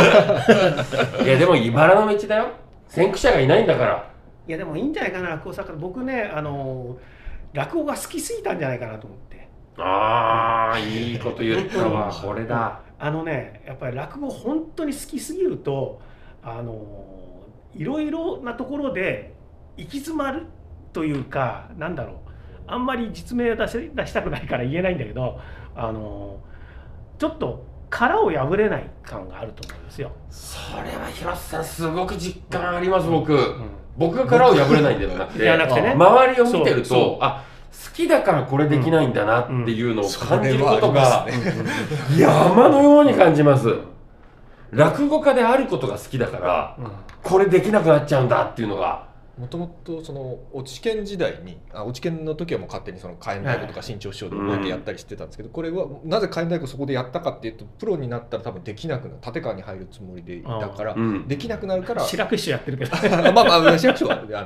Speaker 2: やでも茨の道だよ先駆者がいないんだから
Speaker 3: いやでもいいんじゃないかな落語作家僕ねあの落語が好きすぎたんじゃないかなと思って
Speaker 2: ああいいこと言ったわこれだ
Speaker 3: あのねやっぱり落語本当に好きすぎるとあのいろいろなところで行き詰まるというかなんだろうあんまり実名を出せ出したくないから言えないんだけどあのちょっと殻を破れない感があると思うんですよ。
Speaker 2: それは広瀬さんすごく実感あります僕、僕が殻を破れないんではな く
Speaker 3: じ
Speaker 2: て
Speaker 3: ゃなくてね。
Speaker 2: 周りを見てる
Speaker 3: そう
Speaker 2: とあ好きだからこれできないんだなっていうのを感じることが、
Speaker 4: それはありますね
Speaker 2: 山のように感じます落語家であることが好きだからこれできなくなっちゃうんだっていうのが
Speaker 4: もともとその落ち研時代にあ落ち研の時はもう勝手にその火炎太鼓とか新潮師匠で覚えてやったりしてたんですけど、これはなぜ火炎太鼓そこでやったかっていうとプロになったら多分できなくなる立川に入るつもりでいたから、
Speaker 2: うん
Speaker 4: できなくなるから
Speaker 3: 白く一緒やってるけど、
Speaker 4: まあまあ市役所はあの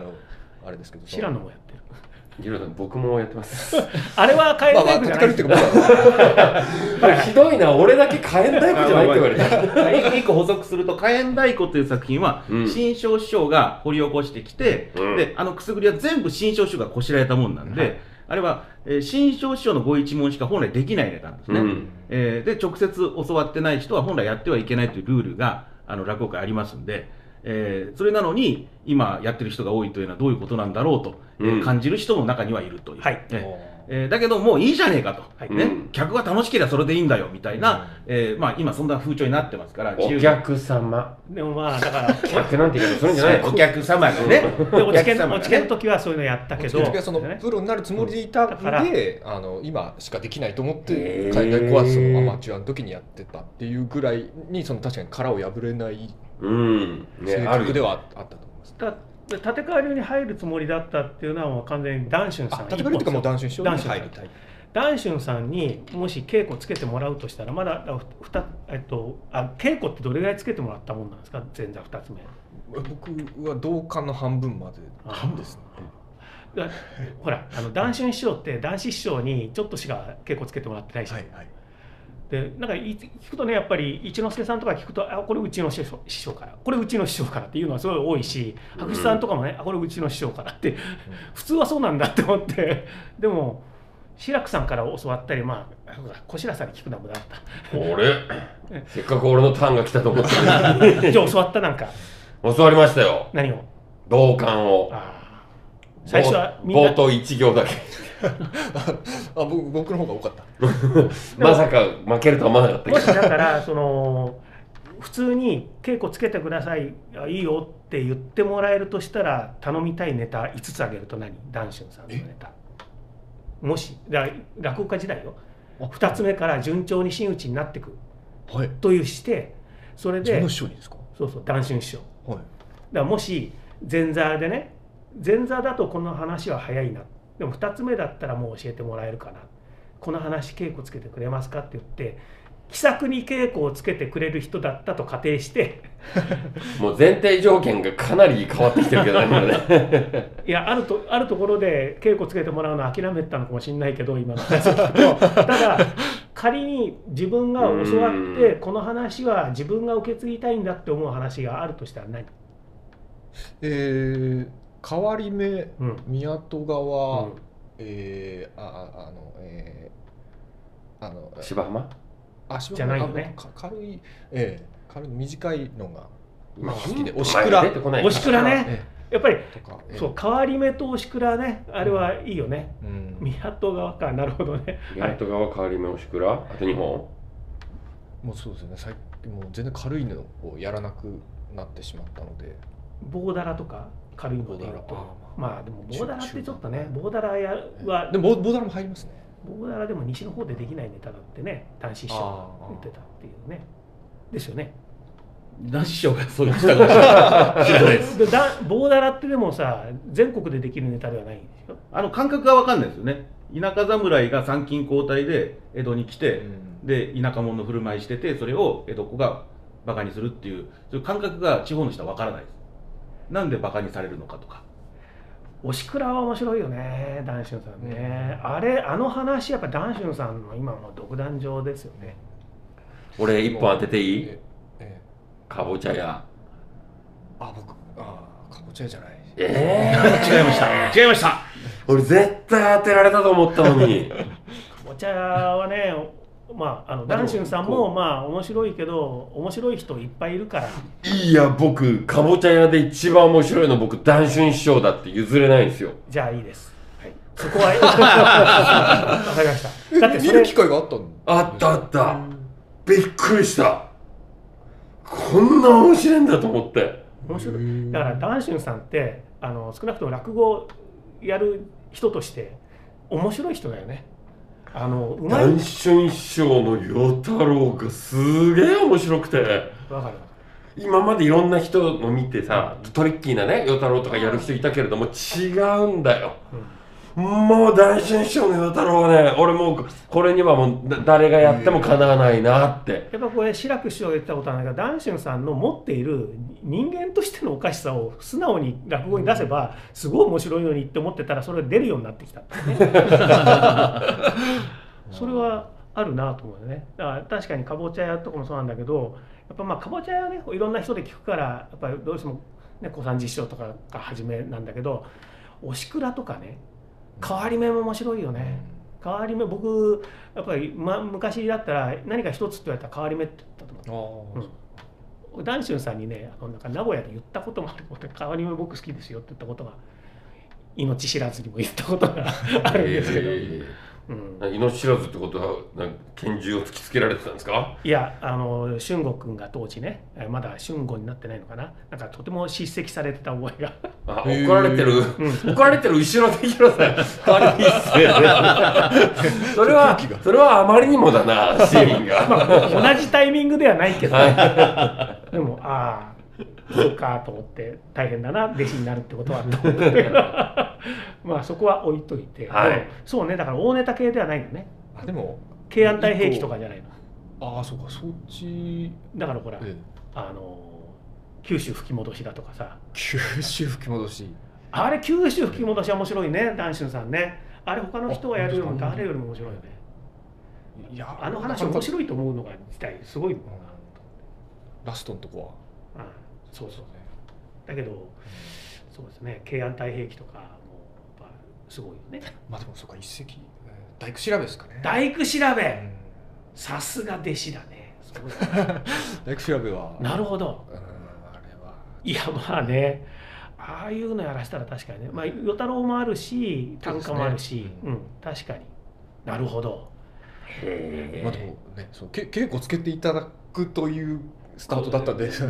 Speaker 4: あれですけど
Speaker 3: 白野もやってる。
Speaker 2: ヒロさん僕もやってます
Speaker 3: あれは変え
Speaker 4: まあま
Speaker 3: な
Speaker 4: あ
Speaker 3: いじゃ
Speaker 4: 時
Speaker 3: ない
Speaker 4: 々っていうか僕は
Speaker 2: ひどいな俺だけ火炎大工じゃないって言われ た
Speaker 1: 一個補足すると「火炎太鼓」という作品は、
Speaker 2: うん
Speaker 1: 新庄師匠が掘り起こしてきて、
Speaker 2: うん
Speaker 1: であのくすぐりは全部新庄師匠がこしらえたもんなんで、
Speaker 2: はい
Speaker 1: あれは、えー新庄師匠のご一問しか本来できないネタなんですね、
Speaker 2: うん
Speaker 1: えーで直接教わってない人は本来やってはいけないというルールがあの落語界ありますんで、えーそれなのに今やってる人が多いというのはどういうことなんだろうと、えー
Speaker 2: うん
Speaker 1: 感じる人も中にはいるという。
Speaker 3: はい
Speaker 1: えーえーだけどもういいじゃねえかと、
Speaker 3: はい
Speaker 1: ね
Speaker 2: うん
Speaker 1: 客が楽しければそれでいいんだよみたいな、えーまあ、今そんな風潮になってますから
Speaker 2: お
Speaker 1: に
Speaker 2: 客様
Speaker 3: でもまあだから、
Speaker 2: 客なんて言い方するんじゃない
Speaker 1: お客様がね
Speaker 3: で落ち
Speaker 1: お客
Speaker 3: 研
Speaker 1: 様がね
Speaker 3: 落ち研の時はそういうのやったけど、
Speaker 4: 時々はそのプロになるつもりでいた
Speaker 3: だから
Speaker 4: んで、あの今しかできないと思っ
Speaker 2: へ
Speaker 4: て
Speaker 2: ー
Speaker 4: 海外コアスをアマチュアの時にやってたっていうぐらいにその確かに殻を破れない
Speaker 2: うんね
Speaker 4: 性
Speaker 2: ある
Speaker 4: 格ではあったと思います。
Speaker 3: だ立川流に入るつもりだったっていうのはもう完全にダンシュンさ
Speaker 4: あ
Speaker 3: ん、
Speaker 4: 立場というかもう男子師匠に
Speaker 3: 男子
Speaker 4: 入りたい。
Speaker 3: ダンシュンさんにもし稽古つけてもらうとしたらまだあふたえっとあ稽古ってどれぐらいつけてもらったもんなんですか前座二つ目
Speaker 4: 僕は同感の半分まで
Speaker 3: あ
Speaker 4: ですね
Speaker 3: だほらあのダンシュン師匠って男子師匠にちょっとしか稽古つけてもらってないし、
Speaker 4: はいはい
Speaker 3: でなんかい聞くとねやっぱり一之輔さんとか聞くとあこれうちの師匠師匠からこれうちの師匠からっていうのはすごい多いし
Speaker 2: うん
Speaker 3: 白紙さんとかもね、あこれうちの師匠からって 普通はそうなんだって思ってでも志らくさんから教わったりまあそうだ小白さんに聞くのもだっ
Speaker 2: 俺せっかく俺のターンが来たと思ってたのに
Speaker 3: たじゃあ教わったなんか
Speaker 2: 教わりましたよ
Speaker 3: 何を
Speaker 2: 同感を
Speaker 3: あー最初はみんな
Speaker 2: 冒頭一行だけ
Speaker 4: あ僕僕の方が多かった
Speaker 2: まさか負けるとは思わなかったけ
Speaker 3: もし
Speaker 2: ど
Speaker 3: だからその普通に稽古つけてくださいあいいよって言ってもらえるとしたら頼みたいネタ5つあげると何ダンシュンさんのネタもしだ落語家時代よ2つ目から順調に真打ちになってく
Speaker 4: はい
Speaker 3: というしてそれで
Speaker 4: 師匠にですか
Speaker 3: そうそうダンシュン師匠だか
Speaker 4: はい
Speaker 3: らもし前座でね前座だとこの話は早いなでも2つ目だったらもう教えてもらえるかなこの話稽古つけてくれますかって言って気さくに稽古をつけてくれる人だったと仮定 して
Speaker 2: もう前提条件がかなり変わってきてるけどね今ね
Speaker 3: いやあるとあるところで稽古つけてもらうの諦めてたのかもしれないけど今の話を聞くとただ仮に自分が教わって
Speaker 2: うん
Speaker 3: この話は自分が受け継ぎたいんだって思う話があるとしたら何、
Speaker 4: えー、変わり目
Speaker 3: うん
Speaker 4: 宮戸川、
Speaker 3: うん
Speaker 4: えー、あああのえー、あの
Speaker 2: 芝浜
Speaker 4: あし
Speaker 3: じゃないよね
Speaker 4: か軽いええ軽い短いのが
Speaker 2: 今
Speaker 4: 好きで
Speaker 2: ヒント
Speaker 4: おしくら
Speaker 2: 前に出てこない
Speaker 3: おしくらね
Speaker 4: え
Speaker 3: やっぱり
Speaker 4: えとか、ええ
Speaker 3: そう変わり目と押しくらねあれはいいよね
Speaker 4: うん
Speaker 3: 宮戸川かなるほどねは
Speaker 2: 宮
Speaker 3: い
Speaker 2: 戸川変わり目おしくらあと2本
Speaker 4: もうそうですよね最近もう全然軽いのをやらなくなってしまったので
Speaker 3: 棒だらとか軽いので言う
Speaker 4: 棒だら
Speaker 3: と
Speaker 4: あ
Speaker 3: まあでも棒だらってちょっとね棒だらやは
Speaker 4: でもボーダーも入りますね
Speaker 3: 棒だらでも西の方でできないネタだってね男子師匠が言ってたっていうねですよね
Speaker 1: 男子師匠がそう言ってたかもしれない 知らないです
Speaker 3: でだ棒だらってでもさ全国でできるネタではないんでしょ
Speaker 1: あの感覚が分かんないですよね田舎侍が参勤交代で江戸に来て、で田舎者の振る舞いしててそれを江戸っ子がバカにするっていうそういう感覚が地方の人は分からないですなんでバカにされるのかとか
Speaker 3: 押しくらは面白いよねダンシュンさんね、あれあの話やっぱダンシュンさんの今もう独壇場ですよね
Speaker 2: 俺1本当てていい
Speaker 4: ええ
Speaker 2: かぼちゃや
Speaker 4: あ僕あーかぼちゃじゃない
Speaker 2: え
Speaker 1: 違いました 違いました
Speaker 2: 俺絶対当てられたと思ったのに
Speaker 3: お茶はね、まあ、あの
Speaker 2: まあでも
Speaker 3: ダンシュンさん
Speaker 2: こ
Speaker 3: もまあ面白いけど面白い人いっぱいいるから
Speaker 2: いや僕かぼちゃ屋で一番面白いの僕ダンシュン師匠だって譲れないんですよ
Speaker 3: じゃあいいです、はい、そ こはわかりましただって
Speaker 4: 見
Speaker 3: そ
Speaker 4: る
Speaker 3: れ
Speaker 4: 機会があったん
Speaker 2: あったあったびっくりしたこんな面白いんだと思って
Speaker 3: 面白い
Speaker 4: い
Speaker 3: だからダンシュンさんってあの少なくとも落語やる人として面白い人だよねあのうまい
Speaker 2: 談春師匠の与太郎がすげえ面白くて
Speaker 3: わかる
Speaker 2: 今までいろんな人を見てさトリッキーなね与太郎とかやる人いたけれども違うんだよもう談春師匠の与太郎はね俺もうこれにはもうだ誰がやってもかなわないなって
Speaker 3: やっぱこれ志らく師匠が言ってたことはないがダンシュンさんの持っている人間としてのおかしさを素直に落語に出せばすごい面白いのにって思ってたらそれが出るようになってきたっていうねそれはあるなと思うよねだから確かにかぼちゃ屋とかもそうなんだけどやっぱまあかぼちゃ屋はねいろんな人で聞くからやっぱりどうしてもね小三治師匠とかが初めなんだけどおしくらとかね変わり目も面白いよね。変わり目僕やっぱり、ま、昔だったら何か一つって言われたら変わり目って言ったと思う
Speaker 4: あー
Speaker 3: ダンシュンさんにねあのなんか名古屋で言ったこともあること変わり目僕好きですよって言ったことが命知らずにも言ったことがあるんですけど、うん、
Speaker 2: 命知らずってことはなんか拳銃を突きつけられてたんですか
Speaker 3: いやあの俊吾君が当時ねえまだ俊吾になってないのかななんかとても叱責されてた覚えが
Speaker 2: あ
Speaker 4: へー
Speaker 2: 怒られて る、怒られてる後ろでヒロさん悪いっすねそれはそれはあまりにもだなシーン が
Speaker 3: 同じタイミングではない けどねでもああそうかと思って大変だな弟子になるってことはと思ってまあそこは置いと いて、
Speaker 2: はい
Speaker 3: でもそうねだから大ネタ系ではないのね
Speaker 4: あでも
Speaker 3: 慶安太平記とかじゃないの
Speaker 4: ああそうかそっち
Speaker 3: だからほら、
Speaker 4: ええ
Speaker 3: あの九州吹き戻しだとかさ
Speaker 4: 九州吹き戻し
Speaker 3: あれ九州吹き戻しは面白いね談春さんねあれ他の人がやるよりも誰よりも面白いよね
Speaker 4: いや
Speaker 3: あの話面白いと思うのが自体すごいもんな
Speaker 4: ラストのとこ
Speaker 3: うんそうそう
Speaker 4: は
Speaker 3: だけどそうですね慶安太平記とかもやっぱすごいよ ね
Speaker 4: まあでもそうか一石えー大工調べですかね
Speaker 3: 大工調
Speaker 4: う
Speaker 3: べ
Speaker 4: ん
Speaker 3: さすが弟子だねすごいね
Speaker 4: 大工調べは
Speaker 3: なるほど
Speaker 4: うんあれはい
Speaker 3: やまあねああいうのやらせたら確かにねまあ与太郎もあるし短歌もあるし
Speaker 4: そう
Speaker 3: う、ん、確かになるほど
Speaker 4: まあでもね、そうけ稽古つけていただくというスタートだったんで、
Speaker 3: そ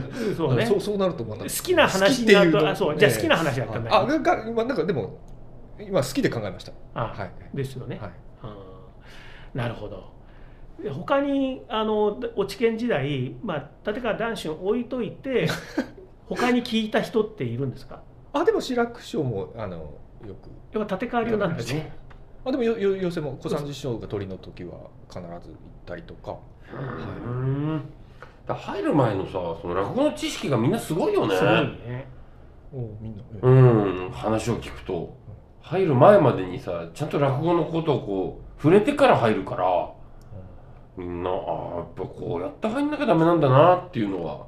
Speaker 3: うね
Speaker 4: そうそうなると思ったんです
Speaker 3: 好きな話になると
Speaker 4: 好きっていうの
Speaker 3: あそうじゃあ
Speaker 4: ええ
Speaker 3: 好きな話だったんだ
Speaker 4: あがが今なんかでも今好きで考えました。
Speaker 3: あ
Speaker 4: はい。
Speaker 3: ですよね、
Speaker 4: はい。
Speaker 3: うんなるほどで他にあの落研時代、まあ、立川談春置いとい て他に聞いた人っているんですか
Speaker 4: あでも志らく師匠もあのよく。
Speaker 3: やっぱ立川流なんですね
Speaker 4: あでもよよ寄せも小三治師匠が鳥の時は必ず行ったりとか。
Speaker 3: うん
Speaker 2: だ入る前のさその落語の知識がみんなすごいよね
Speaker 3: すごいね
Speaker 4: おうみんな。え
Speaker 2: うん話を聞くと入る前までにさちゃんと落語のことをこう触れてから入るからみんなあーやっぱこうやって入んなきゃダメなんだなっていうのは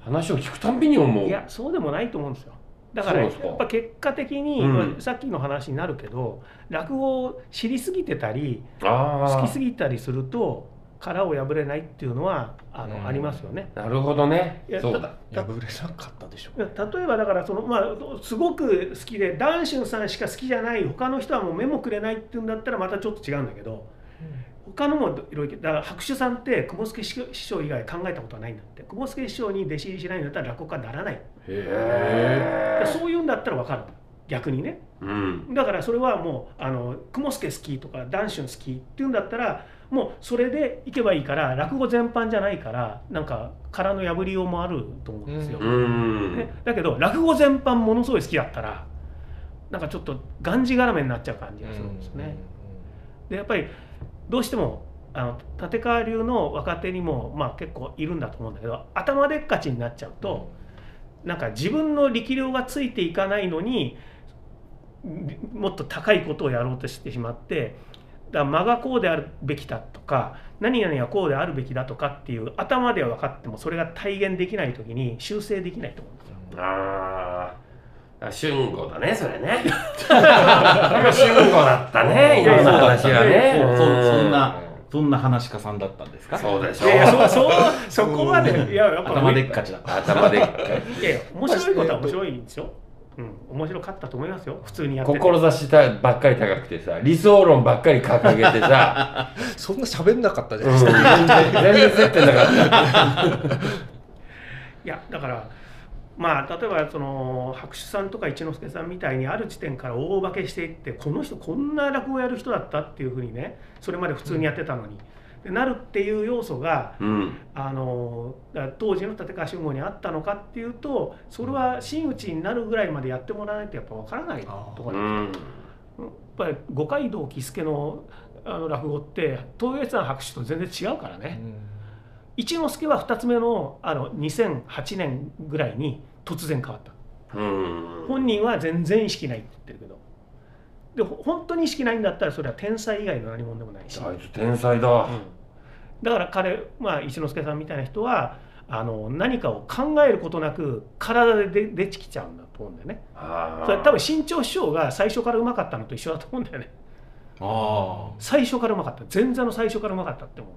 Speaker 2: 話を聞くたんびに思う
Speaker 3: いやそうでもないと思うんですよだから
Speaker 2: そう
Speaker 3: や
Speaker 2: ですか
Speaker 3: っぱ結果的に、
Speaker 2: うん
Speaker 3: さっきの話になるけど落語を知りすぎてたり
Speaker 2: あ
Speaker 3: 好き
Speaker 2: あ
Speaker 3: すぎたりすると殻を破れないっていうのはあの、
Speaker 4: うん
Speaker 3: ありますよね
Speaker 2: なるほどね
Speaker 3: いや
Speaker 2: そうだ
Speaker 4: 破れなかったでしょう
Speaker 3: 例
Speaker 4: ね。
Speaker 3: えばだからその、まあ、すごく好きでダンシュンさんしか好きじゃない他の人はもう目もくれないっていうんだったらまたちょっと違うんだけど他のもいろいろだから白手さんって雲助師匠以外考えたことはないんだって雲助師匠に弟子入りしないんだったら落語家にならない
Speaker 2: へえ
Speaker 3: そういうんだったら分かる逆にね
Speaker 2: うん
Speaker 3: だからそれはもうあの雲助好きとかダンシュン好きっていうんだったらもうそれでいけばいいから落語全般じゃないからなんか殻の破りようもあると思うんですよ。
Speaker 2: う
Speaker 3: ね
Speaker 2: ん、
Speaker 3: だけど落語全般ものすごい好きだったらなんかちょっとがんじがらめになっちゃう感じがするんですよね。でやっぱりどうしてもあの立川流の若手にも、まあ、結構いるんだと思うんだけど頭でっかちになっちゃうと、なんか自分の力量がついていかないのにりもっと高いことをやろうとしてしまってだから間がこうであるべきだとか何々がこうであるべきだとかっていう頭では分かってもそれが体現できない時に修正できないと思うんですよ。
Speaker 2: ああ春吾だねそれねやっぱ春吾だった ね今の話はね
Speaker 1: そうそうそんな
Speaker 2: う
Speaker 1: そんな話家さんだったんですか
Speaker 2: んそうでし
Speaker 3: いやいや
Speaker 2: ょ
Speaker 3: そう そうそこまでいややっぱ
Speaker 1: 頭でっかちだった
Speaker 2: 頭でっかい
Speaker 3: いやいや面白いことは面白いんですよ。うん、面白かったと思いますよ普通にやってて
Speaker 2: 志したばっかり高くてさ理想論ばっかり掲げてさ、
Speaker 4: そんな喋んなかったじゃ
Speaker 2: う
Speaker 4: なんいです
Speaker 2: 全
Speaker 4: か、
Speaker 2: 然全然接点なかった
Speaker 3: いやだからまあ例えばその白手さんとか一之輔さんみたいにある地点から大化けしていってこの人こんな落語やる人だったっていうふうにねそれまで普通にやってたのに、でなるっていう要素が
Speaker 2: うん
Speaker 3: あのだから当時の立川俊吾にあったのかっていうとそれは真打ちになるぐらいまでやってもらわないとやっぱわからないところ
Speaker 2: う
Speaker 3: なんです
Speaker 2: ん
Speaker 3: やっぱり五街道喜助のあの落語って東映さん白手と全然違うからね。一之輔は2つ目のあの2008年ぐらいに突然変わった
Speaker 2: うん
Speaker 3: 本人は全然意識ないって言ってるけどでほ本当に意識ないんだったらそれは天才以外の何者でもないし
Speaker 2: あいつ天才だ
Speaker 3: だから彼、まあ、一之輔さんみたいな人はあの何かを考えることなく体で出出てきちゃうんだと思うんだよね
Speaker 2: あ
Speaker 3: それは多分新潮師匠が最初からうまかったのと一緒だと思うんだよね
Speaker 1: あ
Speaker 3: 最初からうまかった前座の最初からうまかったって思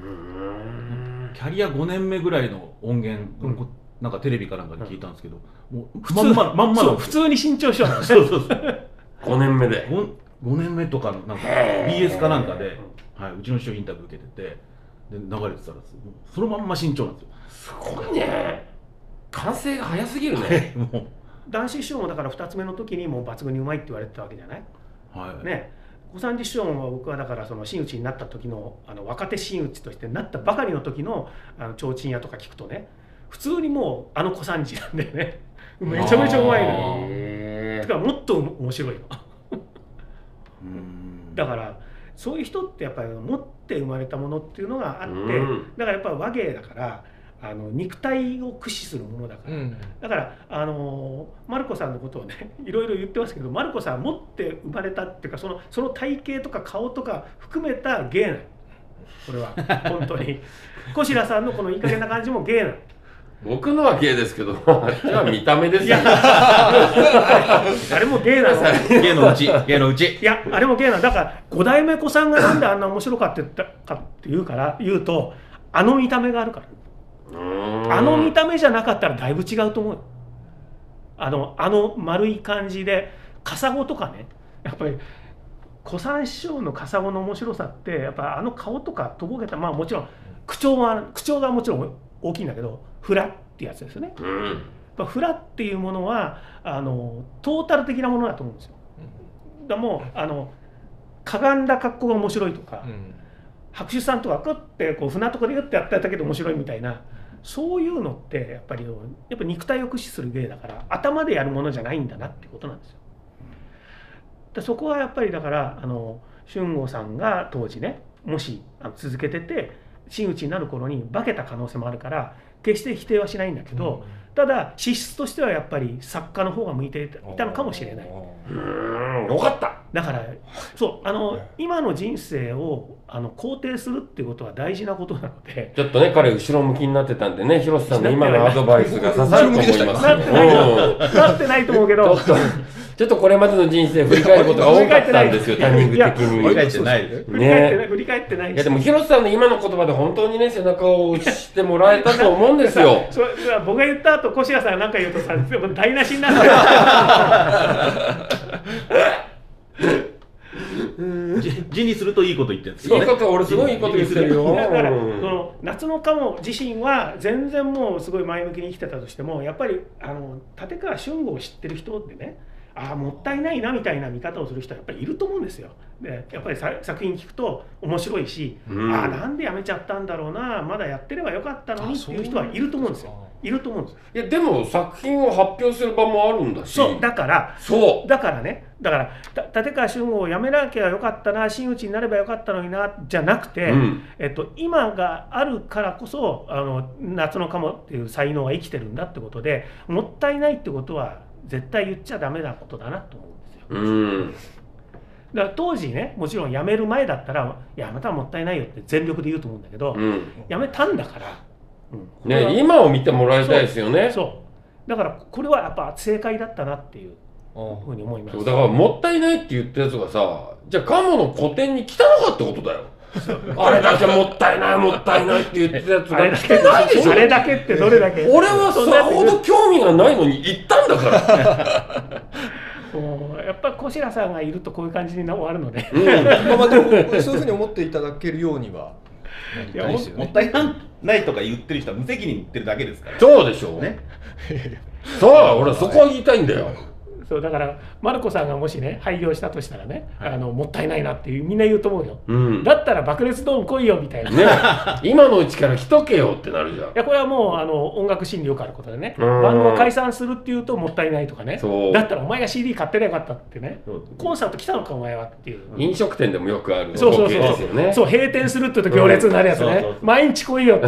Speaker 3: う
Speaker 2: うん
Speaker 1: キャリア5年目ぐらいの音源、
Speaker 3: うん
Speaker 1: なんかテレビかなんかで聞いたんですけど、もう
Speaker 3: 普
Speaker 1: ま
Speaker 3: 通
Speaker 1: んままんま
Speaker 3: そ
Speaker 1: の
Speaker 3: う普通に新潮師匠なんで す
Speaker 1: そうそうそう
Speaker 2: 5年目で
Speaker 1: 5, 年目とかのなんか
Speaker 2: へー
Speaker 1: BS かなんかで、はいうちの師匠インタビュー受けててで流れてたらそのまんま身長なんですよ
Speaker 2: すごいね完成が早すぎるね
Speaker 1: も
Speaker 3: 男子師匠もだから2つ目の時にもう抜群にうまいって言われてたわけじゃないう
Speaker 1: はい、
Speaker 3: ね小三治師匠は僕はだからその真打ちになった時のあの若手真打ちとしてなったばかりの時のあの提灯屋とか聞くとね普通にもうあの小三治なんだよねめちゃめちゃうまいのよ
Speaker 2: へ
Speaker 3: だからもっと面白いの
Speaker 1: うん
Speaker 3: だからそういう人ってやっぱり持って生まれたものっていうのがあって、
Speaker 2: うん
Speaker 3: だからやっぱり和芸だからあの肉体を駆使するものだから、
Speaker 4: うん
Speaker 3: だから、あのーマルコさんのことをね いろいろ言ってますけどマルコさん持って生まれたっていうかそのその体型とか顔とか含めた芸なのこれは 本当に小白さんのこのいい加減な感じも芸なの
Speaker 2: 僕のは芸ですけど あっちは見た目です
Speaker 3: い
Speaker 2: よ
Speaker 3: やあれも芸なのい
Speaker 1: 芸のう ち芸のうち
Speaker 3: やあれも芸なのだから五代目子さんがなんであんな面白かって言ったかって言うから言うとあの見た目があるからあ
Speaker 2: あ
Speaker 3: の見た目じゃなかったらだいぶ違うと思うよあのあの丸い感じでカサゴとかねやっぱり小三師匠のカサゴの面白さってやっぱあの顔とかとぼけたまあもちろん口調は口調がもちろん大きいんだけどフラってやつですよねやっ
Speaker 2: うん
Speaker 3: ぱフラっていうものはあのトータル的なものだと思うんですよだからもうあのかがんだ格好が面白いとか、
Speaker 4: うん
Speaker 3: 白手さんとかクッてこう船床でグッてやっただけで面白いみたいなそういうのってやっぱりやっぱ肉体を駆使する芸だから頭でやるものじゃないんだなってことなんですよ。でそこはやっぱりだからあの俊吾さんが当時ねもしあの続けてて真打ちになる頃に化けた可能性もあるから決して否定はしないんだけど、ただ資質としてはやっぱり作家の方が向いていたのかもしれない。
Speaker 2: うんよかった
Speaker 3: だ からそうあの今の人生をあの肯定するっていうことは大事なことなので
Speaker 2: ちょっとね、彼、後ろ向きになってたんでね、広瀬さんの今のアドバイスが刺さると思います。
Speaker 3: なってない
Speaker 2: うん
Speaker 3: となってないと思うけ
Speaker 2: ちょ
Speaker 3: ど
Speaker 2: っと、ちょっとこれまでの人生振り返ることが多かったんですよ、
Speaker 3: 振
Speaker 2: タイミング
Speaker 3: り返
Speaker 2: 的
Speaker 3: ってない
Speaker 1: 俺
Speaker 2: に。
Speaker 1: がじゃないです
Speaker 3: 振り返ってない、
Speaker 2: ね。
Speaker 3: 振り返ってないし
Speaker 2: いや、でも広瀬さんの今の言葉で本当にね、背中を押してもらえたと思うんですよ。
Speaker 3: それそれは僕が言った後小白さんが何か言うとさでも台無しになるから
Speaker 1: じ字にするといいこと言ってるんです
Speaker 2: い
Speaker 1: よ
Speaker 2: い
Speaker 1: ね
Speaker 2: こと、俺すごいいいこと言ってるよ。
Speaker 3: だから
Speaker 2: う
Speaker 3: そ
Speaker 2: ん
Speaker 3: の夏のカモ自身は全然もうすごい前向きに生きてたとしてもやっぱりあの立川俊吾を知ってる人ってねああもったいないなみたいな見方をする人はやっぱりいると思うんですよ。でやっぱりさ作品聞くと面白いし、
Speaker 2: う ん
Speaker 3: ああなんでやめちゃったんだろうなまだやってればよかったのにっていう人はいると思うんですよ。いると思うんですよ。
Speaker 2: いや、でも作品を発表する場もあるんだし。
Speaker 3: そうだから
Speaker 2: そう。
Speaker 3: だからねだからた立川俊吾を辞めなきゃよかったな真打ちになればよかったのになじゃなくて、
Speaker 2: うん
Speaker 3: えっと、今があるからこそあの夏の鴨っていう才能が生きてるんだってことでもったいないってことは絶対言っちゃダメなことだなと思うんですよ。
Speaker 2: うん。
Speaker 3: だから当時ねもちろん辞める前だったら「いやまたもったいないよ」って全力で言うと思うんだけど、
Speaker 2: うん。
Speaker 3: 辞めたんだから、うんこれは
Speaker 2: ね、今を見てもらいたいですよね。
Speaker 3: そうだからこれはやっぱ正解だったなっていうふうに思います
Speaker 2: そうだからもったいないって言ったやつがさじゃあカモの古典に来たのかってことだよあれだけもったいないもったいないって言ってたやつ
Speaker 3: あれ
Speaker 2: が
Speaker 3: だ
Speaker 2: 来
Speaker 3: け
Speaker 2: てないでしょ
Speaker 3: あれだけってどれだけ
Speaker 2: 俺はさほど興味がないのに行ったんだから
Speaker 3: 小白さんがいるとこういう感じに終わるので、
Speaker 2: うん
Speaker 4: まあまあでもそういうふうに思っていただけるようにはなり
Speaker 3: いや
Speaker 4: たいですよ
Speaker 1: もっ
Speaker 4: ね。
Speaker 1: たいないとか言ってる人は無責任言ってるだけですから
Speaker 2: そうでしょう
Speaker 1: ね。
Speaker 2: そう俺はそこは言いたいんだよ
Speaker 3: そうだからマルコさんがもしね廃業したとしたらね、
Speaker 1: はい
Speaker 3: あのもったいないなっていうみんな言うと思うよ。
Speaker 2: うんね
Speaker 3: だったら爆裂ドーン来いよみたいな。
Speaker 2: 今のうちから来とけよってなるじゃん
Speaker 3: いやこれはもうあの音楽心理よくあることでね、
Speaker 2: うん
Speaker 3: バンドを解散するっていうともったいないとかね
Speaker 2: そう
Speaker 3: だったらお前が CD 買ってりゃよかったってねコンサート来たのかお前はっていう、
Speaker 2: 飲食店でもよくある
Speaker 3: そうそう
Speaker 2: 光
Speaker 3: そ
Speaker 2: 景
Speaker 3: う
Speaker 2: で
Speaker 3: そ
Speaker 2: す
Speaker 3: う,、
Speaker 2: よね
Speaker 3: 閉店するって言うと行列になるやつね、
Speaker 1: うんそうそうそう
Speaker 3: 毎日来いよって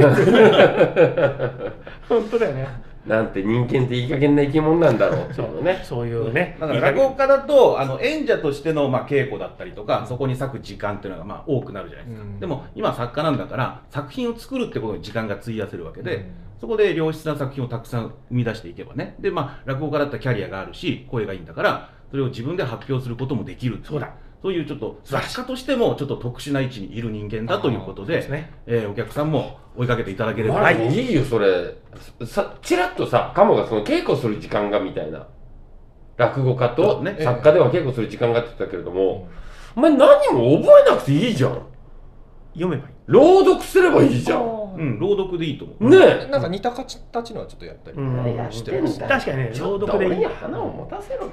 Speaker 3: 本当だよね
Speaker 2: なんて人間っていい加減な生き物なんだろうっていうのね
Speaker 3: そういうね
Speaker 1: だから落語家だとあの演者としてのまあ稽古だったりとかそこに割く時間っていうのがまあ多くなるじゃないですか、
Speaker 4: うん
Speaker 1: でも今作家なんだから作品を作るってことに時間が費やせるわけで、
Speaker 4: うん
Speaker 1: そこで良質な作品をたくさん生み出していけばねでまあ落語家だったらキャリアがあるし声がいいんだからそれを自分で発表することもできる
Speaker 3: そうだ
Speaker 1: そういうちょっと作家としてもちょっと特殊な位置にいる人間だということで
Speaker 3: ですね
Speaker 1: えーお客さんも追いかけていただければ、
Speaker 2: まあいいよそれさちらっとさカモがその稽古する時間がみたいな落語家
Speaker 1: そ
Speaker 2: と
Speaker 1: うね
Speaker 2: 作家では稽古する時間がって言ったけれども、お前何も覚えなくていいじゃん
Speaker 3: 読めばいい
Speaker 2: 朗読すればいいじゃん
Speaker 1: うん、朗読でいいと思う。
Speaker 2: ねえ
Speaker 4: なんか似た形たちのはちょっとやったり
Speaker 3: うん
Speaker 2: いや
Speaker 4: してます。
Speaker 3: 確かにね
Speaker 2: ち
Speaker 3: 朗
Speaker 2: ょっと
Speaker 3: 読でい
Speaker 2: 俺
Speaker 3: い
Speaker 2: に花を持たせろよ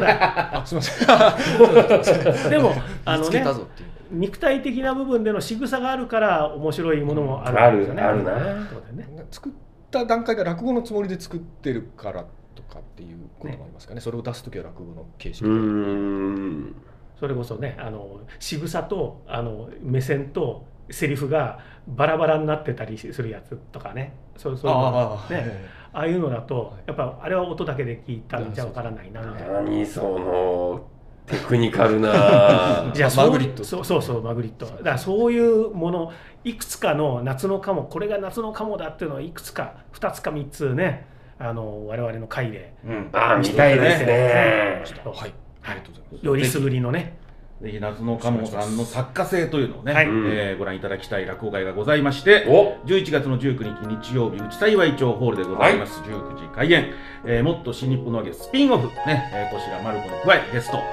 Speaker 4: あ、すみません。
Speaker 3: で もあ
Speaker 4: 見
Speaker 3: の
Speaker 4: つけ
Speaker 3: ね
Speaker 4: たぞっていう。
Speaker 3: 肉体的な部分での仕草があるから面白いものもある
Speaker 2: あ
Speaker 3: んですよね
Speaker 2: るあるな
Speaker 3: そうだよね
Speaker 4: 作った段階が落語のつもりで作ってるからとかっていうこともありますかね。それを出すときは落語の形式
Speaker 2: うー
Speaker 4: で。
Speaker 2: ん
Speaker 3: それこそねあの仕草とあの目線とセリフがバラバラになってたりするやつとかねそうそういうのあ
Speaker 4: ああ、
Speaker 3: ね
Speaker 4: ね。
Speaker 3: あいうのだと
Speaker 4: はい
Speaker 3: やっぱあれは音だけで聞いたんじゃわからないなみたいな。
Speaker 2: 何そのテクニカルな
Speaker 3: じゃあ
Speaker 4: まあ
Speaker 3: そう
Speaker 4: マグリット
Speaker 3: そうそうそうマグリットだからそういうものいくつかの夏の鴨これが夏の鴨だっていうのをいくつか2つか3つねあの我々の回で
Speaker 1: うん
Speaker 2: ああ見たいですね
Speaker 4: はい。ありがとうございます。
Speaker 3: よりすぐりのね
Speaker 1: ぜひ夏の鴨さんの作家性というのをね、
Speaker 3: はい
Speaker 1: えーご覧いただきたい落語会がございまして、
Speaker 2: お
Speaker 1: 11月の19日日曜日、内幸町ホールでございます。19時開演、えーもっと新日本の揚げスピンオフ、ね、えー、こちらマルコの加え、ゲスト、な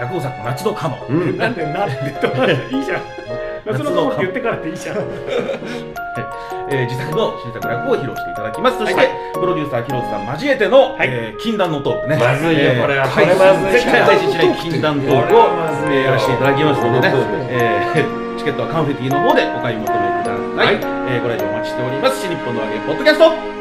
Speaker 1: 落語作夏の鴨。
Speaker 2: うん
Speaker 3: なんでなんでといいじゃん夏の鴨って言ってからでいいじゃん
Speaker 1: えー自作の新作落語を披露していただきます。そして、プロデューサー広瀬さん交えての、
Speaker 3: はい
Speaker 1: えー禁断のトークね。
Speaker 2: まずいよこれは
Speaker 1: ー
Speaker 2: これまずい
Speaker 1: 絶対配信しない禁断トークを
Speaker 2: これはまずい、よ
Speaker 1: えーやらせていただきますのでね
Speaker 2: これはまずい、
Speaker 1: えーチケットはカンフェティの方でお買い求めください。
Speaker 2: はい
Speaker 1: えーご来場お待ちしております。新日本の揚げポッドキャスト。